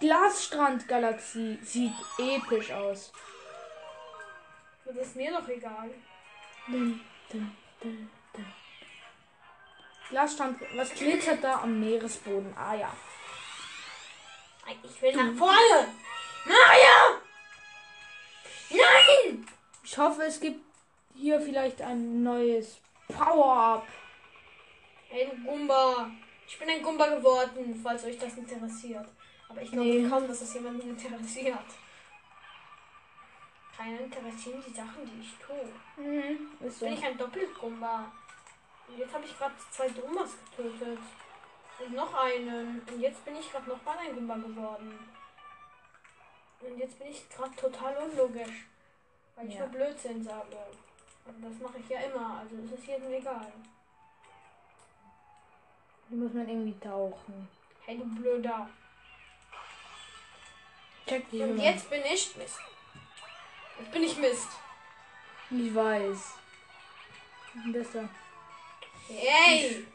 S2: Glasstrand-Galaxie. Sieht episch aus.
S3: Das ist mir doch egal.
S2: Dun, dun, dun, dun. Glasstrand. Was glitzert da am Meeresboden? Ah ja.
S3: Ich will nach vorne. Mario! Nein!
S2: Ich hoffe, es gibt hier vielleicht ein neues Power-Up.
S3: Hey, du Gumba. Ich bin ein Gumba geworden, falls euch das interessiert. Aber ich glaube
S2: Nee.
S3: kaum, dass das jemanden interessiert. Keiner interessieren die Sachen, die ich tue.
S2: Mhm. Ist so.
S3: Bin ich ein Doppelgumba. Und jetzt habe ich gerade zwei Dummas getötet. Und noch einen. Und jetzt bin ich gerade nochmal ein Gumba geworden. Und jetzt bin ich gerade total unlogisch. Weil ich
S2: Ja.
S3: nur Blödsinn sage. Und das mache ich ja immer, also ist es jedem egal.
S2: Hier muss man irgendwie tauchen.
S3: Hey, du Blöder.
S2: Check die
S3: Und
S2: Nummer.
S3: jetzt bin ich Mist. Jetzt bin ich Mist.
S2: Ich weiß. Was ist denn das da?
S3: Hey!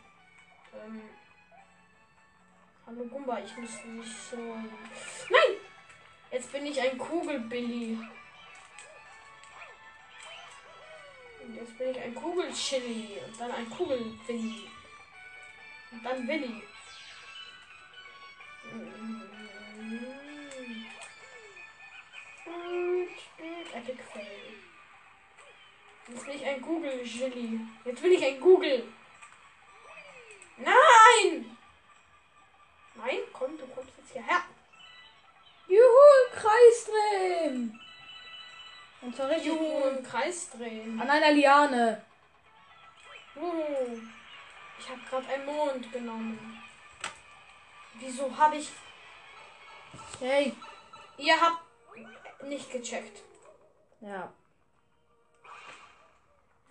S3: Ähm, hallo Gumba, ich muss nicht so. Nein! Jetzt bin ich ein Kugelbilly. Und jetzt bin ich ein Kugelchili. Und dann ein Kugelbilly. Und dann Willy. Und spielt Epic Fail. Jetzt bin ich ein Google-Gilly. Jetzt bin ich ein Google. Nein! Nein, komm, du kommst jetzt hierher.
S2: Juhu, Kreis drehen! Und zwar richtig
S3: Juhu,
S2: cool. Ah,
S3: im Kreis drehen.
S2: An einer Liane.
S3: Uh,
S1: Oh, ich habe gerade einen Mond genommen. Wieso habe ich...
S2: Hey.
S1: Ihr habt nicht gecheckt.
S2: Ja.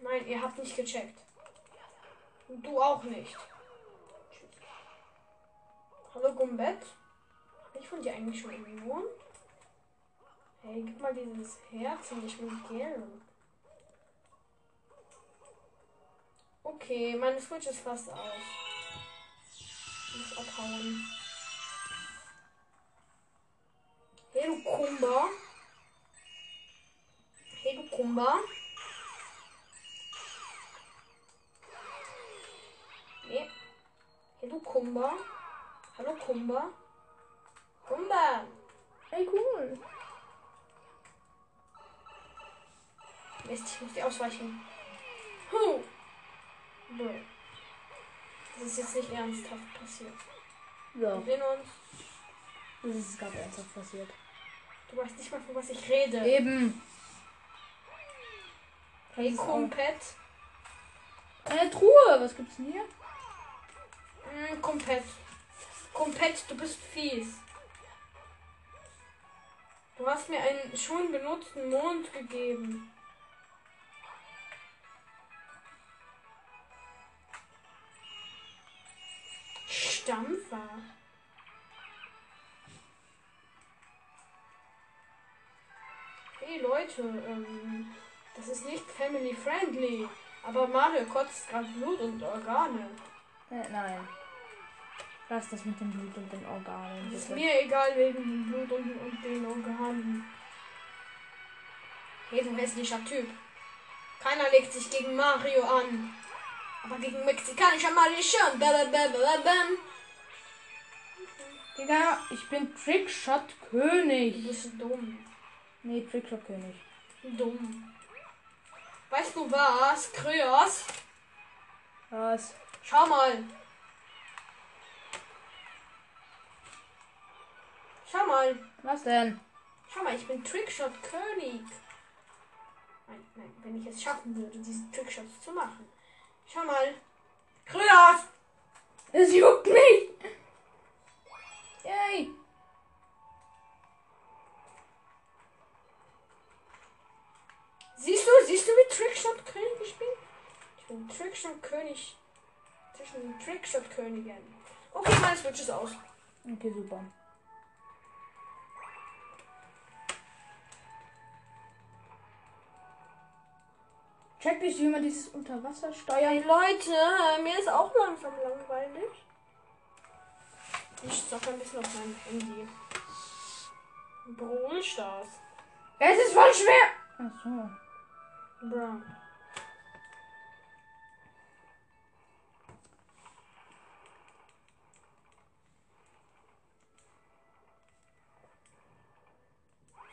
S1: Nein, ihr habt nicht gecheckt. Und du auch nicht. Hallo Gumbett. Hab ich von dir eigentlich schon einen Mond? Hey, gib mal dieses Herz und ich will gern. Okay, meine Switch ist fast aus. Ich muss abhauen. Hey du Kumba. Hey du Kumba. Nee. Hey du Kumba. Hallo Kumba. Kumba.
S2: Hey, cool.
S1: Mist, ich muss die ausweichen. Huh. Nö. Das ist jetzt nicht ernsthaft passiert.
S2: Ja,
S1: Wir sehen uns.
S2: das ist gerade ernsthaft passiert.
S1: Du weißt nicht mal, von was ich rede.
S2: Eben.
S1: Hey
S2: ist auch-
S1: Kumpet.
S2: Eine Truhe, was gibt's denn hier?
S1: Mm, Kumpet. Kumpet, du bist fies. Du hast mir einen schon benutzten Mond gegeben. Stampfer. Hey Leute, ähm, das ist nicht family friendly, aber Mario kotzt gerade Blut und Organe.
S2: Äh, nein. Lass das mit dem Blut und den Organen.
S1: Ist
S2: bitte.
S1: mir egal wegen dem Blut und, und den Organen. Hey, du hässlicher Typ. Keiner legt sich gegen Mario an. Aber gegen mexikanischer Mario schon. Blablabla.
S2: Digga, ich bin
S1: Du
S2: Trickshot-König.
S1: bist dumm.
S2: Nee, Trickshot-König.
S1: Dumm. Weißt du was, Kryos?
S2: Was?
S1: Schau mal. Schau mal.
S2: Was denn?
S1: Schau mal, ich bin Trickshot König. Nein, nein, wenn ich es schaffen würde, diesen Trickshot zu machen. Schau mal. Kryos!
S2: Es juckt mich! Yay!
S1: Siehst du, siehst du, wie Trickshot König ich bin? Ich bin Trickshot König. Zwischen den Trickshot Königen. Okay, meine Switch ist aus.
S2: Okay, super. Check nicht, wie man dieses Unterwasser steuert.
S1: Hey Leute, äh, mir ist auch langsam langweilig. Ich zocke ein bisschen auf meinem Handy. Brawl Stars.
S2: Es ist voll schwer! Ach so.
S1: Bruh.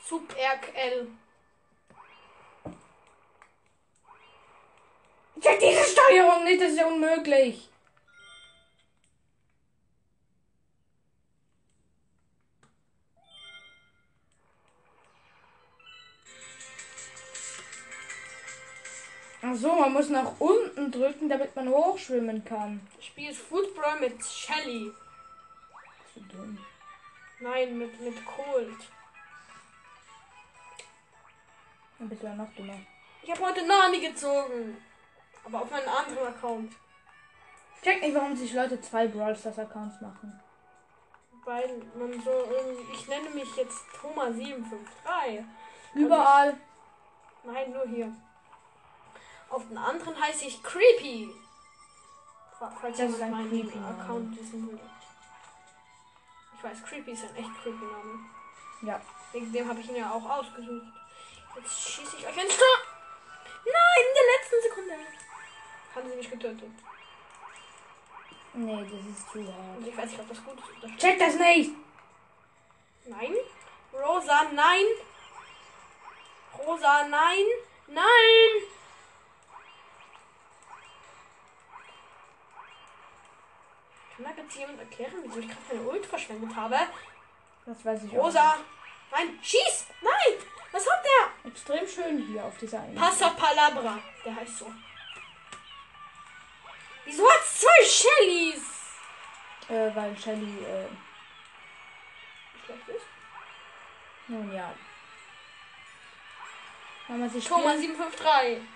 S1: SubRKL.
S2: Check diese Steuerung nicht, das ist ja unmöglich. Ach so, man muss nach unten drücken, damit man hochschwimmen kann.
S1: Spielt Football mit Shelly.
S2: So dumm.
S1: Nein, mit, mit Colt.
S2: Dann bist du ja noch dümmer.
S1: Ich habe heute Nani gezogen. Aber auf meinen anderen Account.
S2: Check nicht, warum sich Leute zwei Brawl Stars Accounts machen.
S1: Weil man so irgendwie. Ich nenne mich jetzt Thomas753.
S2: Überall.
S1: Nein, nur hier. Auf den anderen heiße ich Creepy. Fa- Falls
S2: Das
S1: jemand
S2: ist ein
S1: meinen
S2: creepy Name.
S1: Account wissen will. Ich weiß, Creepy ist ein echt creepy Name.
S2: Ja.
S1: Wegen dem habe ich ihn ja auch ausgesucht. Jetzt schieße ich euch ein Star. Nein, in der letzten Sekunde. Haben sie mich getötet.
S2: Nee, das ist zu hart.
S1: Und ich weiß nicht, ob das gut ist oder schlecht.
S2: Check das nicht!
S1: Nein. Rosa, nein. Rosa, nein. Nein. Kann mir jetzt jemand erklären, wieso ich gerade meine Ult verschwendet habe?
S2: Das weiß ich
S1: Rosa. Nein. Schieß. Nein. Was hat der?
S2: auch. Extrem schön hier auf dieser einen.
S1: Pasapalabra. Der heißt so. Wieso hat's zwei Shellys?
S2: Äh, weil Shelly, äh,
S1: Schlecht ist.
S2: nun ja. Mama, sie
S1: Thomas
S2: spielen.
S1: 753.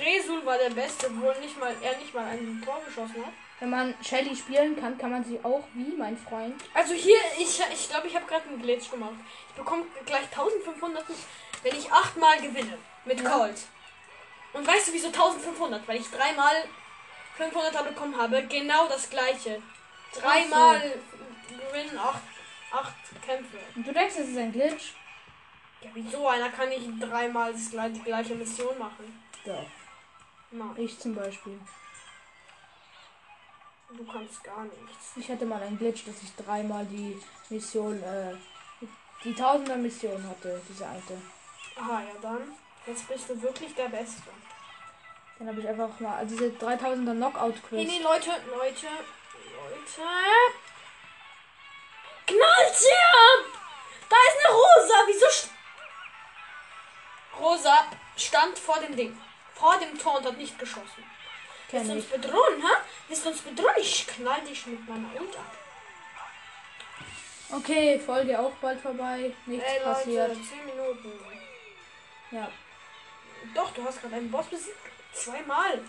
S1: Resul war der Beste, obwohl nicht mal, er nicht mal ein Tor geschossen hat.
S2: Wenn man Shelly spielen kann, kann man sie auch wie mein Freund.
S1: Also hier, ich glaube, ich, glaub, ich habe gerade einen Glitch gemacht. Ich bekomme gleich 1500, wenn ich achtmal gewinne. Mit
S2: Ja.
S1: Cold. Und weißt du, wieso 1500? Weil ich dreimal 500er bekommen habe. Genau das gleiche. Dreimal gewinnen acht, acht Kämpfe.
S2: Und du denkst, das ist ein Glitch?
S1: Ja, wieso? Einer kann nicht dreimal das gleiche, die gleiche Mission machen.
S2: Doch.
S1: Nein,
S2: Ich zum Beispiel.
S1: du kannst gar nichts.
S2: Ich hatte mal einen Glitch, dass ich dreimal die Mission, äh, die Tausender Mission hatte, diese alte.
S1: Aha, ja dann. Jetzt bist du wirklich der Beste.
S2: Dann habe ich einfach mal also diese 3000er Knockout
S1: Nee,
S2: Quest.
S1: nee, Leute, Leute, Leute. Knallt sie ab! Da ist eine Rosa! Wieso. st- Rosa stand vor dem Ding. Vor dem Tor und hat nicht geschossen. Willst du
S2: Kenn
S1: uns
S2: ich.
S1: bedrohen, ha? Willst du uns bedrohen? Ich knall dich mit meiner Ult ab.
S2: Okay, Folge auch bald vorbei. Nichts
S1: Ey,
S2: passiert.
S1: Leute, 10 Minuten.
S2: Ja.
S1: Doch, du hast gerade einen Boss besiegt. Zweimal.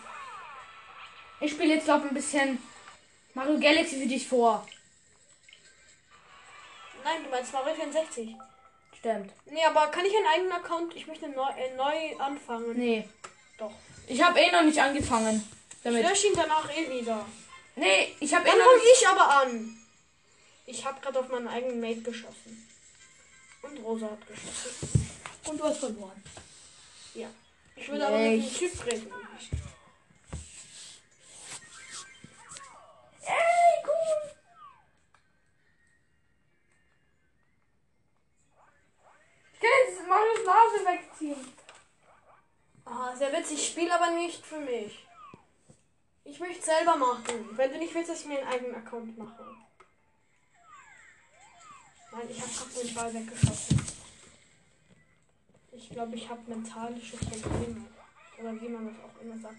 S2: Ich spiele jetzt noch ein bisschen Mario Galaxy für dich vor.
S1: Nein, du meinst Mario 64.
S2: Stimmt.
S1: Nee, aber kann ich einen eigenen Account? Ich möchte neu, äh, neu anfangen.
S2: Nee.
S1: Doch.
S2: Ich habe eh noch nicht angefangen.
S1: Ich
S2: Damit.
S1: lösche ihn danach eh wieder.
S2: Nee, ich habe eh
S1: Dann
S2: noch
S1: fange
S2: nicht.
S1: ich aber an. Ich habe gerade auf meinen eigenen Mate geschossen. Und Rosa hat geschossen.
S2: Und du hast verloren.
S1: Ja. Ich würde aber mit dem
S2: Echt?
S1: Typ reden.
S2: Ey, cool. Ich kann jetzt Marios Nase wegziehen.
S1: Ah, sehr witzig. Spiel aber nicht für mich. Ich möchte selber machen. Wenn du nicht willst, dass ich mir einen eigenen Account mache. Nein, ich habe gerade den Ball weggeschossen. Ich glaube, ich habe mentalische Probleme. Oder wie man das auch immer sagt.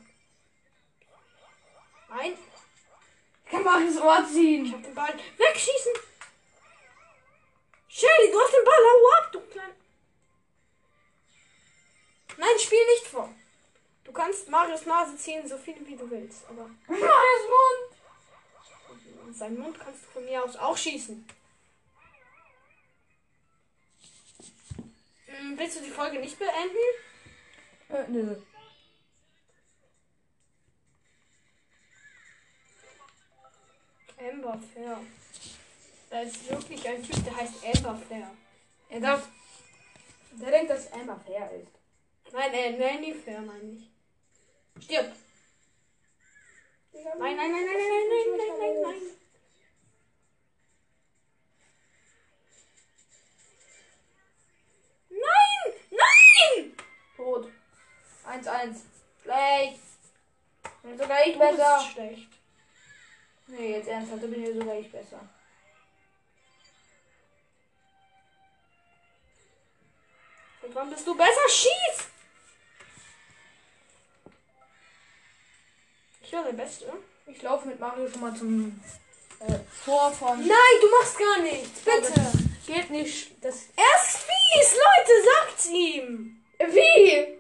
S1: Nein,
S2: Ich kann Marios Ohr
S1: Ich
S2: ziehen.
S1: hab den Ball wegschießen. Shelly, du hast den Ball, hau ab, du klein. Nein, spiel nicht vor. Du kannst Marius Nase ziehen, so viel wie du willst. Aber
S2: Marios Mund.
S1: seinen Mund kannst du von mir aus auch schießen. Hm, Willst du die Folge nicht beenden?
S2: Äh, nö.
S1: Amber Fair. Da ist wirklich ein Typ, der heißt Amber Fair.
S2: Er darf. Der denkt, dass Emma fair ist.
S1: Nein, äh, Nanny Fair meine ich. Stirb. Nein, nein, nein, nein, nein, nein, nein, nein, nein. Nein! Nein!
S2: Tot. 1-1. Schlecht. Bin sogar ich
S1: Du bist
S2: besser.
S1: schlecht.
S2: Nee, jetzt ernsthaft, da bin ich sogar ich besser.
S1: Und wann bist du besser? Schieß! Ich war der Beste.
S2: Ich laufe mit Mario schon mal zum äh, Tor von.
S1: Nein, du machst gar nichts. Bitte.
S2: Geht nicht. Das.
S1: Er ist fies, Leute. Sagt's ihm.
S2: Wie?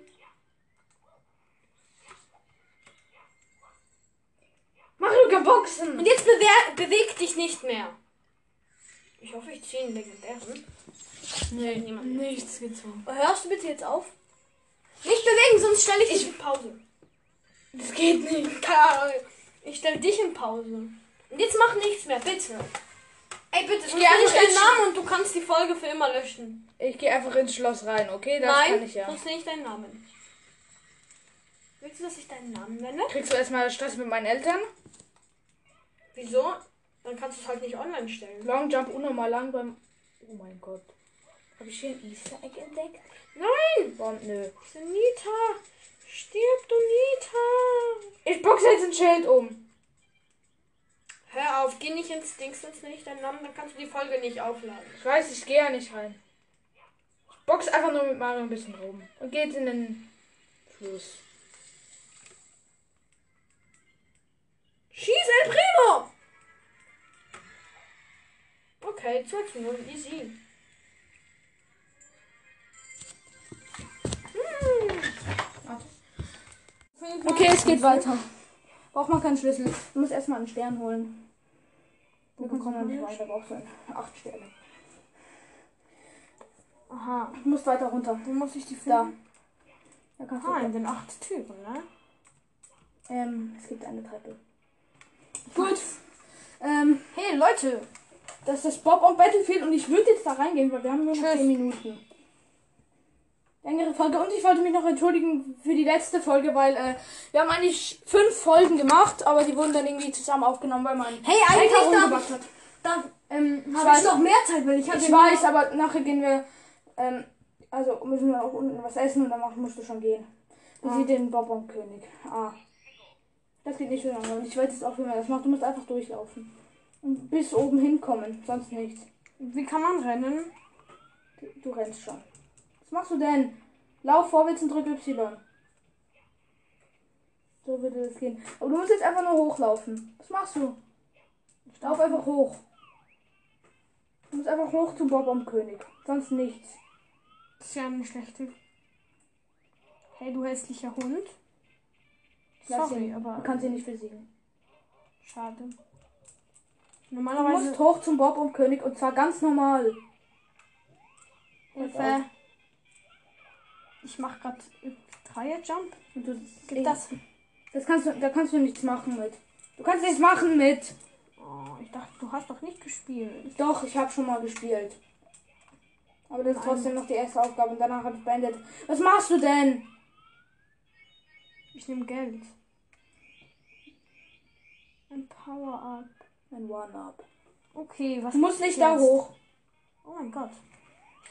S2: Mario kann boxen.
S1: Und jetzt bewer- beweg dich nicht mehr. Ich hoffe, ich ziehe einen legendären.
S2: Nee,
S1: niemand.
S2: nichts gezogen.
S1: Hörst du bitte jetzt auf? Nicht bewegen, sonst stelle ich dich in Pause.
S2: Das geht nicht.
S1: Karl, ich stelle dich in Pause. Und jetzt mach nichts mehr, bitte. Ey, bitte, sonst
S2: geh
S1: nenne ich
S2: einfach
S1: deinen
S2: ins-
S1: Namen und du kannst die Folge für immer löschen.
S2: Ich gehe einfach ins Schloss rein, okay? Das
S1: Nein,
S2: kann ich ja.
S1: sonst nenne ich deinen Namen. Willst du, dass ich deinen Namen nenne?
S2: Kriegst du erstmal Stress mit meinen Eltern?
S1: Wieso? Dann kannst du es halt nicht online stellen.
S2: Long Jump unnormal lang beim. Oh mein Gott. Habe ich hier ein Easter Egg entdeckt?
S1: Nein!
S2: Warum? Nö.
S1: Diese Nita! Stirb, du Nita!
S2: Ich boxe jetzt ein Schild um.
S1: Hör auf, geh nicht ins Dings, sonst nenne ich deinen Namen, dann kannst du die Folge nicht aufladen.
S2: Ich weiß, ich gehe ja nicht rein. Ich boxe einfach nur mit Mario ein bisschen rum. Und geht in den Fluss.
S1: Okay, 2 zu 0, easy. Hm.
S2: Okay, es geht weiter. Braucht man keinen Schlüssel. Du musst erstmal einen Stern holen. Wir kommen nicht weiter. Brauchst du einen. acht Sterne.
S1: Aha,
S2: Du musst weiter runter.
S1: wo muss ich die
S2: Da.
S1: finden?
S2: Da kannst
S1: Aha, in
S2: du.
S1: den acht Türen, ne?
S2: Ähm, es gibt eine Treppe. Gut. Ähm,
S1: Hey Leute,
S2: das ist das Bob on Battlefield und ich würde jetzt da reingehen, weil wir haben nur noch
S1: Tschüss.
S2: 10 Minuten. Längere Folge und ich wollte mich noch entschuldigen für die letzte Folge, weil äh, wir haben eigentlich fünf Folgen gemacht, aber die wurden dann irgendwie zusammen aufgenommen, weil man
S3: Hey, eigentlich
S2: Hacker
S3: darf-
S2: umgebracht hat.
S3: Da
S2: Ähm,
S3: habe ich noch mehr Zeit, weil ich hatte
S2: Ich weiß, aber nachher gehen wir. Ähm, also müssen wir auch unten was essen und danach musst du schon gehen. Wie
S1: Ah.
S2: sieht den Bonbonkönig? Ah. Das geht nicht so lange. Und ich weiß jetzt auch, wie man das macht. Du musst einfach durchlaufen. Und bis oben hinkommen. Sonst nichts.
S1: wie kann man rennen?
S2: Du, du rennst schon. Was machst du denn? Lauf vorwärts und drück Y. So würde das gehen. Aber du musst jetzt einfach nur hochlaufen. Was machst du? Lauf einfach hoch. Du musst einfach hoch zum Bonbonkönig. Sonst nichts.
S1: Ist ja eine schlechte. Hey, du hässlicher Hund.
S2: Lass
S1: Sorry,
S2: ihn.
S1: aber ähm,
S2: Du kannst ihn nicht besiegen.
S1: schade.
S2: Du
S1: Normalerweise
S2: musst hoch zum Bob und König und zwar ganz normal.
S1: Hilfe. Ich mach grad Dreier Jump.
S2: Und du,
S1: Gibt das?
S2: das kannst du, da kannst du nichts machen mit. Du kannst nichts machen mit.
S1: Oh, ich dachte, du hast doch nicht gespielt.
S2: Doch, ich habe schon mal gespielt. Aber das ist
S1: Nein.
S2: trotzdem noch die erste Aufgabe und danach habe ich beendet. Was machst du denn?
S1: Ich nehme Geld. Ein Power Up.
S2: Ein One-Up.
S1: Okay, was
S2: Du musst
S1: ist
S2: nicht da
S1: jetzt?
S2: hoch.
S1: Oh mein Gott.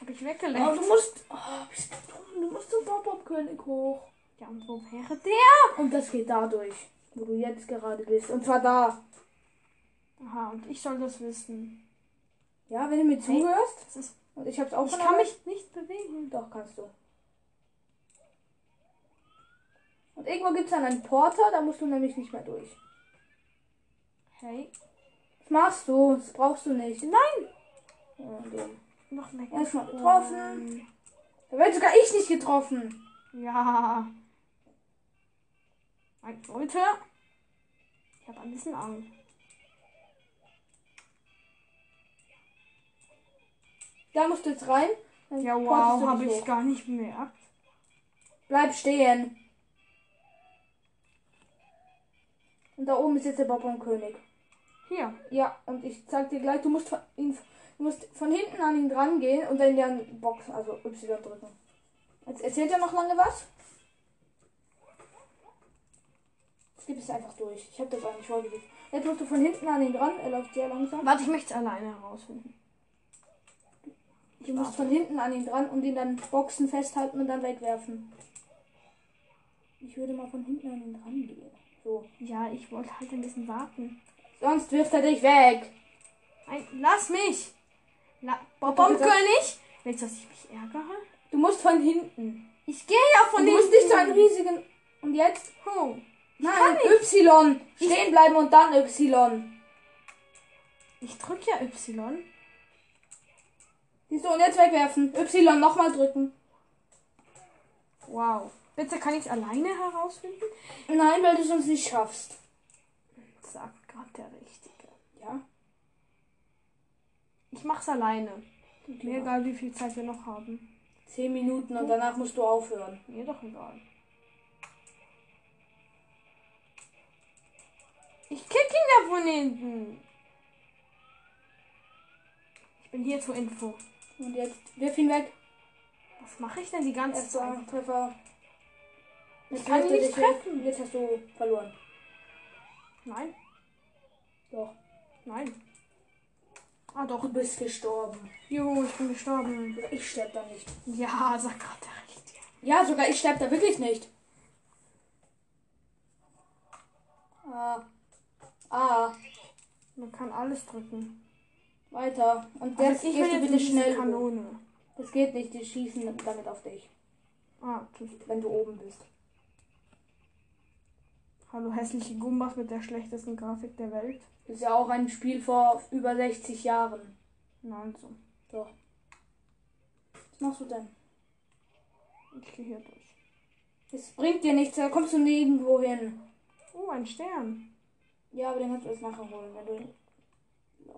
S1: Hab ich
S2: Oh,
S1: weggelenkt.
S2: du musst. Oh, bist du dumm? Du musst zum Bob und König hoch.
S1: Ja, und wo wäre der?
S2: Und das geht dadurch, wo du jetzt gerade bist. Und zwar da.
S1: Aha, und ich soll das wissen.
S2: Ja, wenn du mir zuhörst.
S1: Das ist,
S2: Und ich hab's auch
S1: ich
S2: schon
S1: kann
S2: erreicht.
S1: mich nicht bewegen.
S2: Doch, kannst du. Und irgendwo gibt es dann einen Porter, da musst du nämlich nicht mehr durch.
S1: Hey.
S2: Das machst du, das brauchst du nicht.
S1: Nein!
S2: Ja, dumm.
S1: Noch mehr.
S2: Erstmal getroffen. Da werde sogar ich nicht getroffen.
S1: Ja. Mein Leute. Ich habe ein bisschen Angst.
S2: Da musst du jetzt rein. dann
S1: Ja,
S2: portest
S1: wow,
S2: du
S1: habe
S2: dich
S1: ich
S2: hoch.
S1: gar nicht bemerkt.
S2: Bleib stehen. Und da oben ist jetzt der Bonbonkönig.
S1: Hier.
S2: Ja, und ich zeig dir gleich, du musst von, ihn, du musst von hinten an ihn dran gehen und dann deren Box, also Y drücken. Jetzt erzählt er noch lange was. Jetzt gibt es einfach durch. Ich habe das auch nicht vorgelegt. Jetzt musst du von hinten an ihn dran, er läuft sehr langsam.
S1: Warte, ich möchte es alleine herausfinden.
S2: Du musst von hinten an ihn dran und ihn dann Boxen festhalten und dann wegwerfen. Ich würde mal von hinten an ihn dran gehen. So.
S1: Ja, ich wollte halt ein bisschen warten.
S2: Sonst wirft er dich weg.
S1: Nein, lass mich! La
S2: Hat
S1: Bonbon
S2: er gesagt-
S1: König! Willst du, dass ich mich ärgere?
S2: Du musst von hinten.
S1: Ich gehe ja von
S2: Und du musst nicht so einen riesigen. Und jetzt
S1: Oh.
S2: Hm. Nein, Y. Stehen bleiben und dann Y.
S1: Ich drück ja Y.
S2: Siehst du, und jetzt wegwerfen. Y nochmal drücken.
S1: Wow. Bitte kann ich es alleine herausfinden?
S2: Nein, weil du es uns nicht schaffst.
S1: Sagt gerade der Richtige.
S2: Ja.
S1: Ich mach's alleine. Mir
S2: Mega.
S1: egal, wie viel Zeit wir noch haben.
S2: Zehn Minuten und danach musst du aufhören.
S1: Mir doch egal. Ich kick ihn ja von hinten. Ich bin hier zur Info.
S2: Und jetzt wirf ihn weg.
S1: Was mache ich denn die ganze Zeit?
S2: Erster Treffer. Jetzt
S1: kann
S2: wirft
S1: ihn
S2: er
S1: nicht
S2: dich weg. Jetzt hast du verloren.
S1: Nein,
S2: Doch.
S1: nein. Ah doch.
S2: Du bist gestorben.
S1: Jo, ich bin gestorben.
S2: Sogar ich sterb da nicht.
S1: Ja, sagt gerade der Richtige.
S2: Ja, sogar ich sterb da wirklich nicht. Ah. Ah.
S1: Man kann alles drücken.
S2: Weiter. Und
S1: Aber
S2: jetzt gehst du
S1: jetzt
S2: bitte
S1: in diese
S2: schnell. hoch.
S1: Kanone.
S2: Das geht nicht, die schießen damit auf dich,
S1: Ah, tschüss.
S2: wenn du oben bist.
S1: Hallo hässliche Gumbas mit der schlechtesten Grafik der Welt.
S2: Das ist ja auch ein Spiel vor über 60 Jahren. Nein, so. Doch. Was machst du denn?
S1: Ich gehe hier durch.
S2: Es bringt dir nichts, da kommst du nirgendwo hin.
S1: Oh, ein Stern.
S2: Ja, aber den kannst du jetzt nachher holen, wenn du ihn. Los.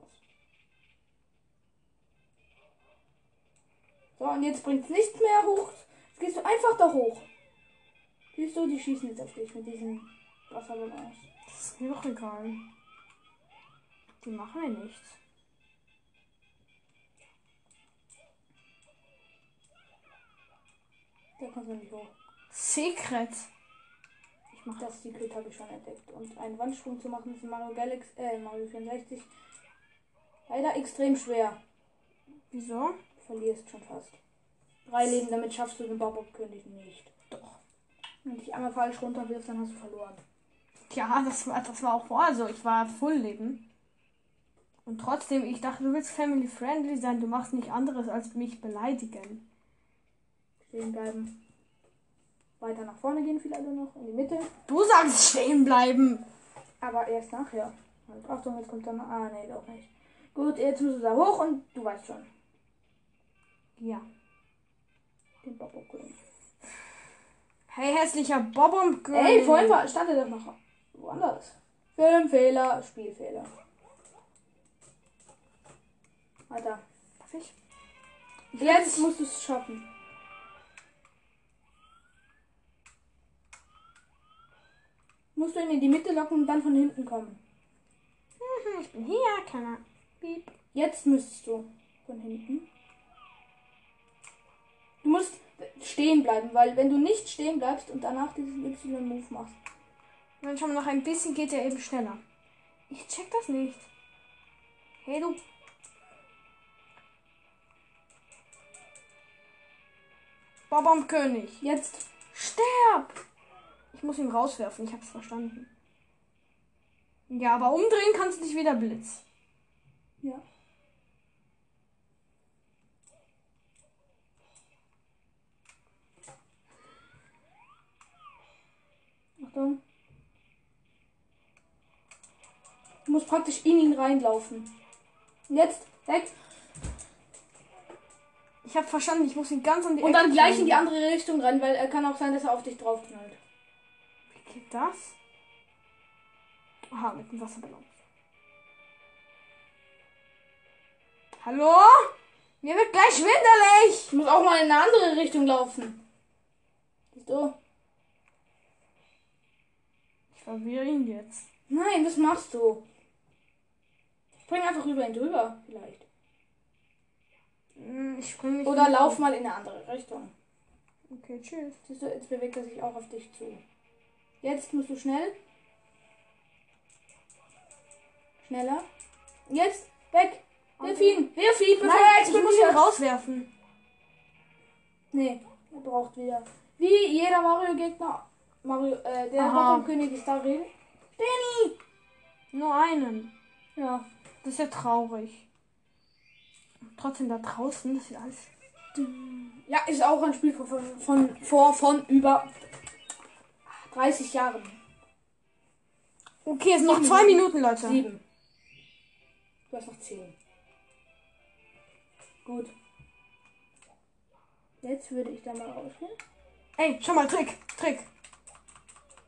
S2: So, und jetzt bringt's nichts mehr hoch. Jetzt gehst du einfach da hoch. Siehst du, die schießen jetzt auf dich mit diesem Wasserballon aus.
S1: Das ist mir doch egal. Die machen mir nichts.
S2: Da kommst du nicht hoch.
S1: Secret.
S2: Ich mach das Secret habe ich schon entdeckt. Und einen Wandsprung zu machen ist in Mario Galaxy, äh, Mario 64 leider extrem schwer.
S1: Wieso?
S2: Du verlierst schon fast. Drei Leben, damit schaffst du den Bob-König nicht.
S1: Doch.
S2: Wenn du dich einmal falsch runterwirfst, dann hast du verloren.
S1: Ja, das war, das war auch vorher so. Ich war Full Leben. Und trotzdem, ich dachte, du willst family friendly sein. Du machst nicht anderes als mich beleidigen.
S2: Stehen bleiben. Weiter nach vorne gehen viele alle noch, in die Mitte.
S1: Du sagst stehen bleiben.
S2: Aber erst nachher. Und Achtung, jetzt kommt dann. Ah, nee, doch nicht. Gut, jetzt müssen wir da hoch und du weißt schon.
S1: Ja.
S2: Den Bob-König.
S1: Hey, hässlicher Bobom Girl.
S2: Ey, vorhin war, stand er doch noch woanders. Filmfehler, Spielfehler. Alter,
S1: Darf ich?
S2: jetzt musst du es schaffen. Musst du ihn in die Mitte locken und dann von hinten kommen.
S1: Mhm, Ich bin hier, keiner. Piep.
S2: Jetzt müsstest du von hinten. Du musst stehen bleiben, weil wenn du nicht stehen bleibst und danach diesen Y-Move machst,
S1: Dann schon noch ein bisschen geht er eben schneller. Ich check das nicht. Hey, du. Bobom König.
S2: jetzt
S1: Sterb! Ich muss ihn rauswerfen, ich hab's verstanden. Ja, aber umdrehen kannst du dich wieder Blitz.
S2: Ja. Achtung. Du musst praktisch in ihn reinlaufen. Und jetzt weg.
S1: Ich hab verstanden, ich muss ihn ganz an die
S2: Und dann
S1: Ecke
S2: gleich in
S1: bringen.
S2: die andere Richtung rennen, weil er kann auch sein, dass er auf dich draufknallt.
S1: Wie geht das? Aha, mit dem Wasserballon. Hallo? Mir wird gleich schwindelig!
S2: Ich muss auch mal in eine andere Richtung laufen. Siehst du?
S1: Ich verwirre ihn jetzt.
S2: Nein, was machst du? Spring einfach über ihn drüber, vielleicht.
S1: Hm, Ich spring nicht.
S2: Oder
S1: in-
S2: lauf mal in eine andere Richtung.
S1: Okay, tschüss.
S2: Siehst du, jetzt bewegt er sich auch auf dich zu. Jetzt musst du schnell. Schneller. Jetzt, weg. Wirf ihn, wirf ihn, bevor er
S1: Nein, ich muss ihn
S2: explodiert.
S1: rauswerfen.
S2: Nee, er braucht wieder. Wie jeder Mario-Gegner. Mario, äh, der
S1: Aha.
S2: König ist da drin.
S1: Nur einen.
S2: Ja.
S1: Das ist ja traurig. Trotzdem da draußen, das wird alles.
S2: Ja, ist auch ein Spiel von, von, von, vor, von über 30 Jahren.
S1: Okay, es sind noch zwei Minuten, Leute.
S2: Sieben. Du hast noch zehn. Gut. Jetzt würde ich da mal rausgehen.
S1: Ey, schau mal, Trick, Trick.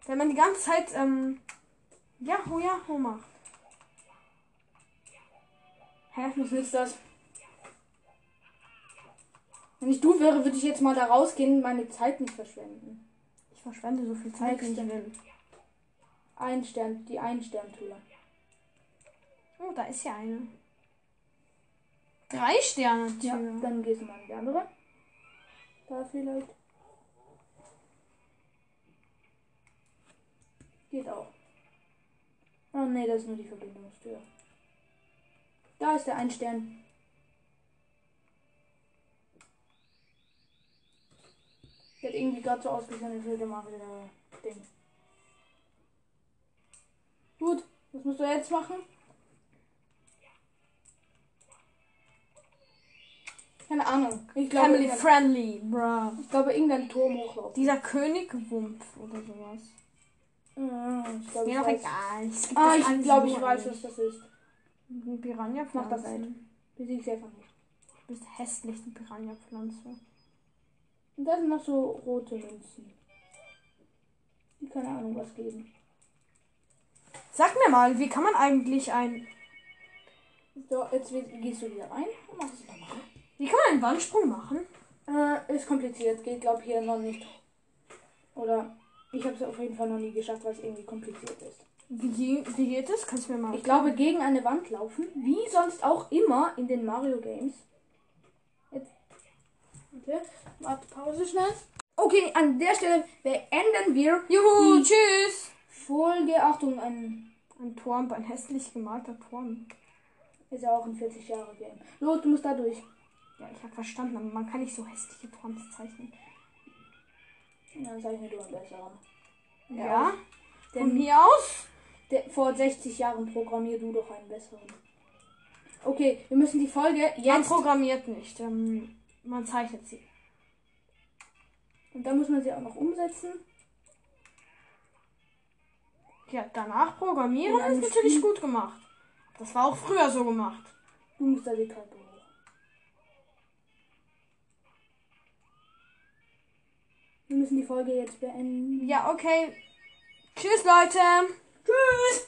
S1: Wenn man die ganze Zeit, ähm, Yahoo, Yahoo macht. Hä?
S2: Was nützt das? Wenn ich du wäre, würde ich jetzt mal da rausgehen und meine Zeit nicht verschwenden.
S1: Ich verschwende so viel Zeit, wie ich
S2: Nächste.
S1: will.
S2: Ein Stern, die Einsterntür.
S1: Oh, da ist ja eine. Drei Sterne,
S2: Ja,
S1: Tür.
S2: dann gehst du mal in die andere. Da vielleicht. Geht auch. Oh nee, das ist nur die Verbindungstür. Da ist der ein Stern. Der hat irgendwie gerade so ausgesehen, als würde mal wieder Ding. Gut, was musst du jetzt machen? Keine Ahnung. Ich glaube,
S1: Family
S2: irgendein-
S1: friendly, bruh.
S2: ich glaube irgendein Turm hochlaufen.
S1: Dieser Königwumpf oder sowas.
S2: Mm, Ich glaube, ich
S1: Mir doch
S2: weiß.
S1: egal. Es gibt
S2: Ah,
S1: das
S2: ich
S1: alles
S2: glaube,
S1: nur
S2: ich weiß,
S1: ein.
S2: was das ist.
S1: Ein Piranha
S2: Mach das
S1: Pflanzen.
S2: Besiegst sie einfach nicht.
S1: Du bist hässlich, die Piranha-Pflanze.
S2: Und da sind noch so rote Münzen. Die keine Ahnung was geben.
S1: Sag mir mal, wie kann man eigentlich ein.
S2: So, jetzt wird- gehst du wieder rein und machst es nochmal.
S1: Wie kann man einen Wandsprung machen?
S2: Äh, ist kompliziert, geht glaube ich hier noch nicht. Oder ich habe es auf jeden Fall noch nie geschafft, weil es irgendwie kompliziert ist.
S1: Wie, wie geht das? Kannst du mir mal.
S2: Ich glaube, gegen eine Wand laufen, wie sonst auch immer in den Mario Games. Jetzt. Warte, warte Pause schnell. Okay, an der Stelle beenden wir
S1: Juhu,
S2: die
S1: tschüss!
S2: Folge. Achtung, ein,
S1: Ein Turm, ein hässlich gemalter Turm.
S2: ist ja auch ein 40 Jahre Game. Los, du musst da durch.
S1: Ja, ich habe verstanden, aber man kann nicht so hässliche Turms zeichnen.
S2: Und dann zeichne du einen besseren.
S1: Ja?
S2: Ja.
S1: Von
S2: Denn
S1: mir aus?
S2: der, vor 60 Jahren programmier du doch einen besseren. Okay, wir müssen die Folge
S1: Man
S2: jetzt.
S1: programmiert nicht. Ähm, man zeichnet sie.
S2: Und dann muss man sie auch noch umsetzen.
S1: Ja, danach programmieren
S2: In einem
S1: ist natürlich
S2: Spiel.
S1: gut gemacht. Das war auch früher so gemacht.
S2: Du musst da die Treppe hoch. Wir müssen die Folge jetzt beenden.
S1: Ja, okay. Tschüss, Leute. Tschüss.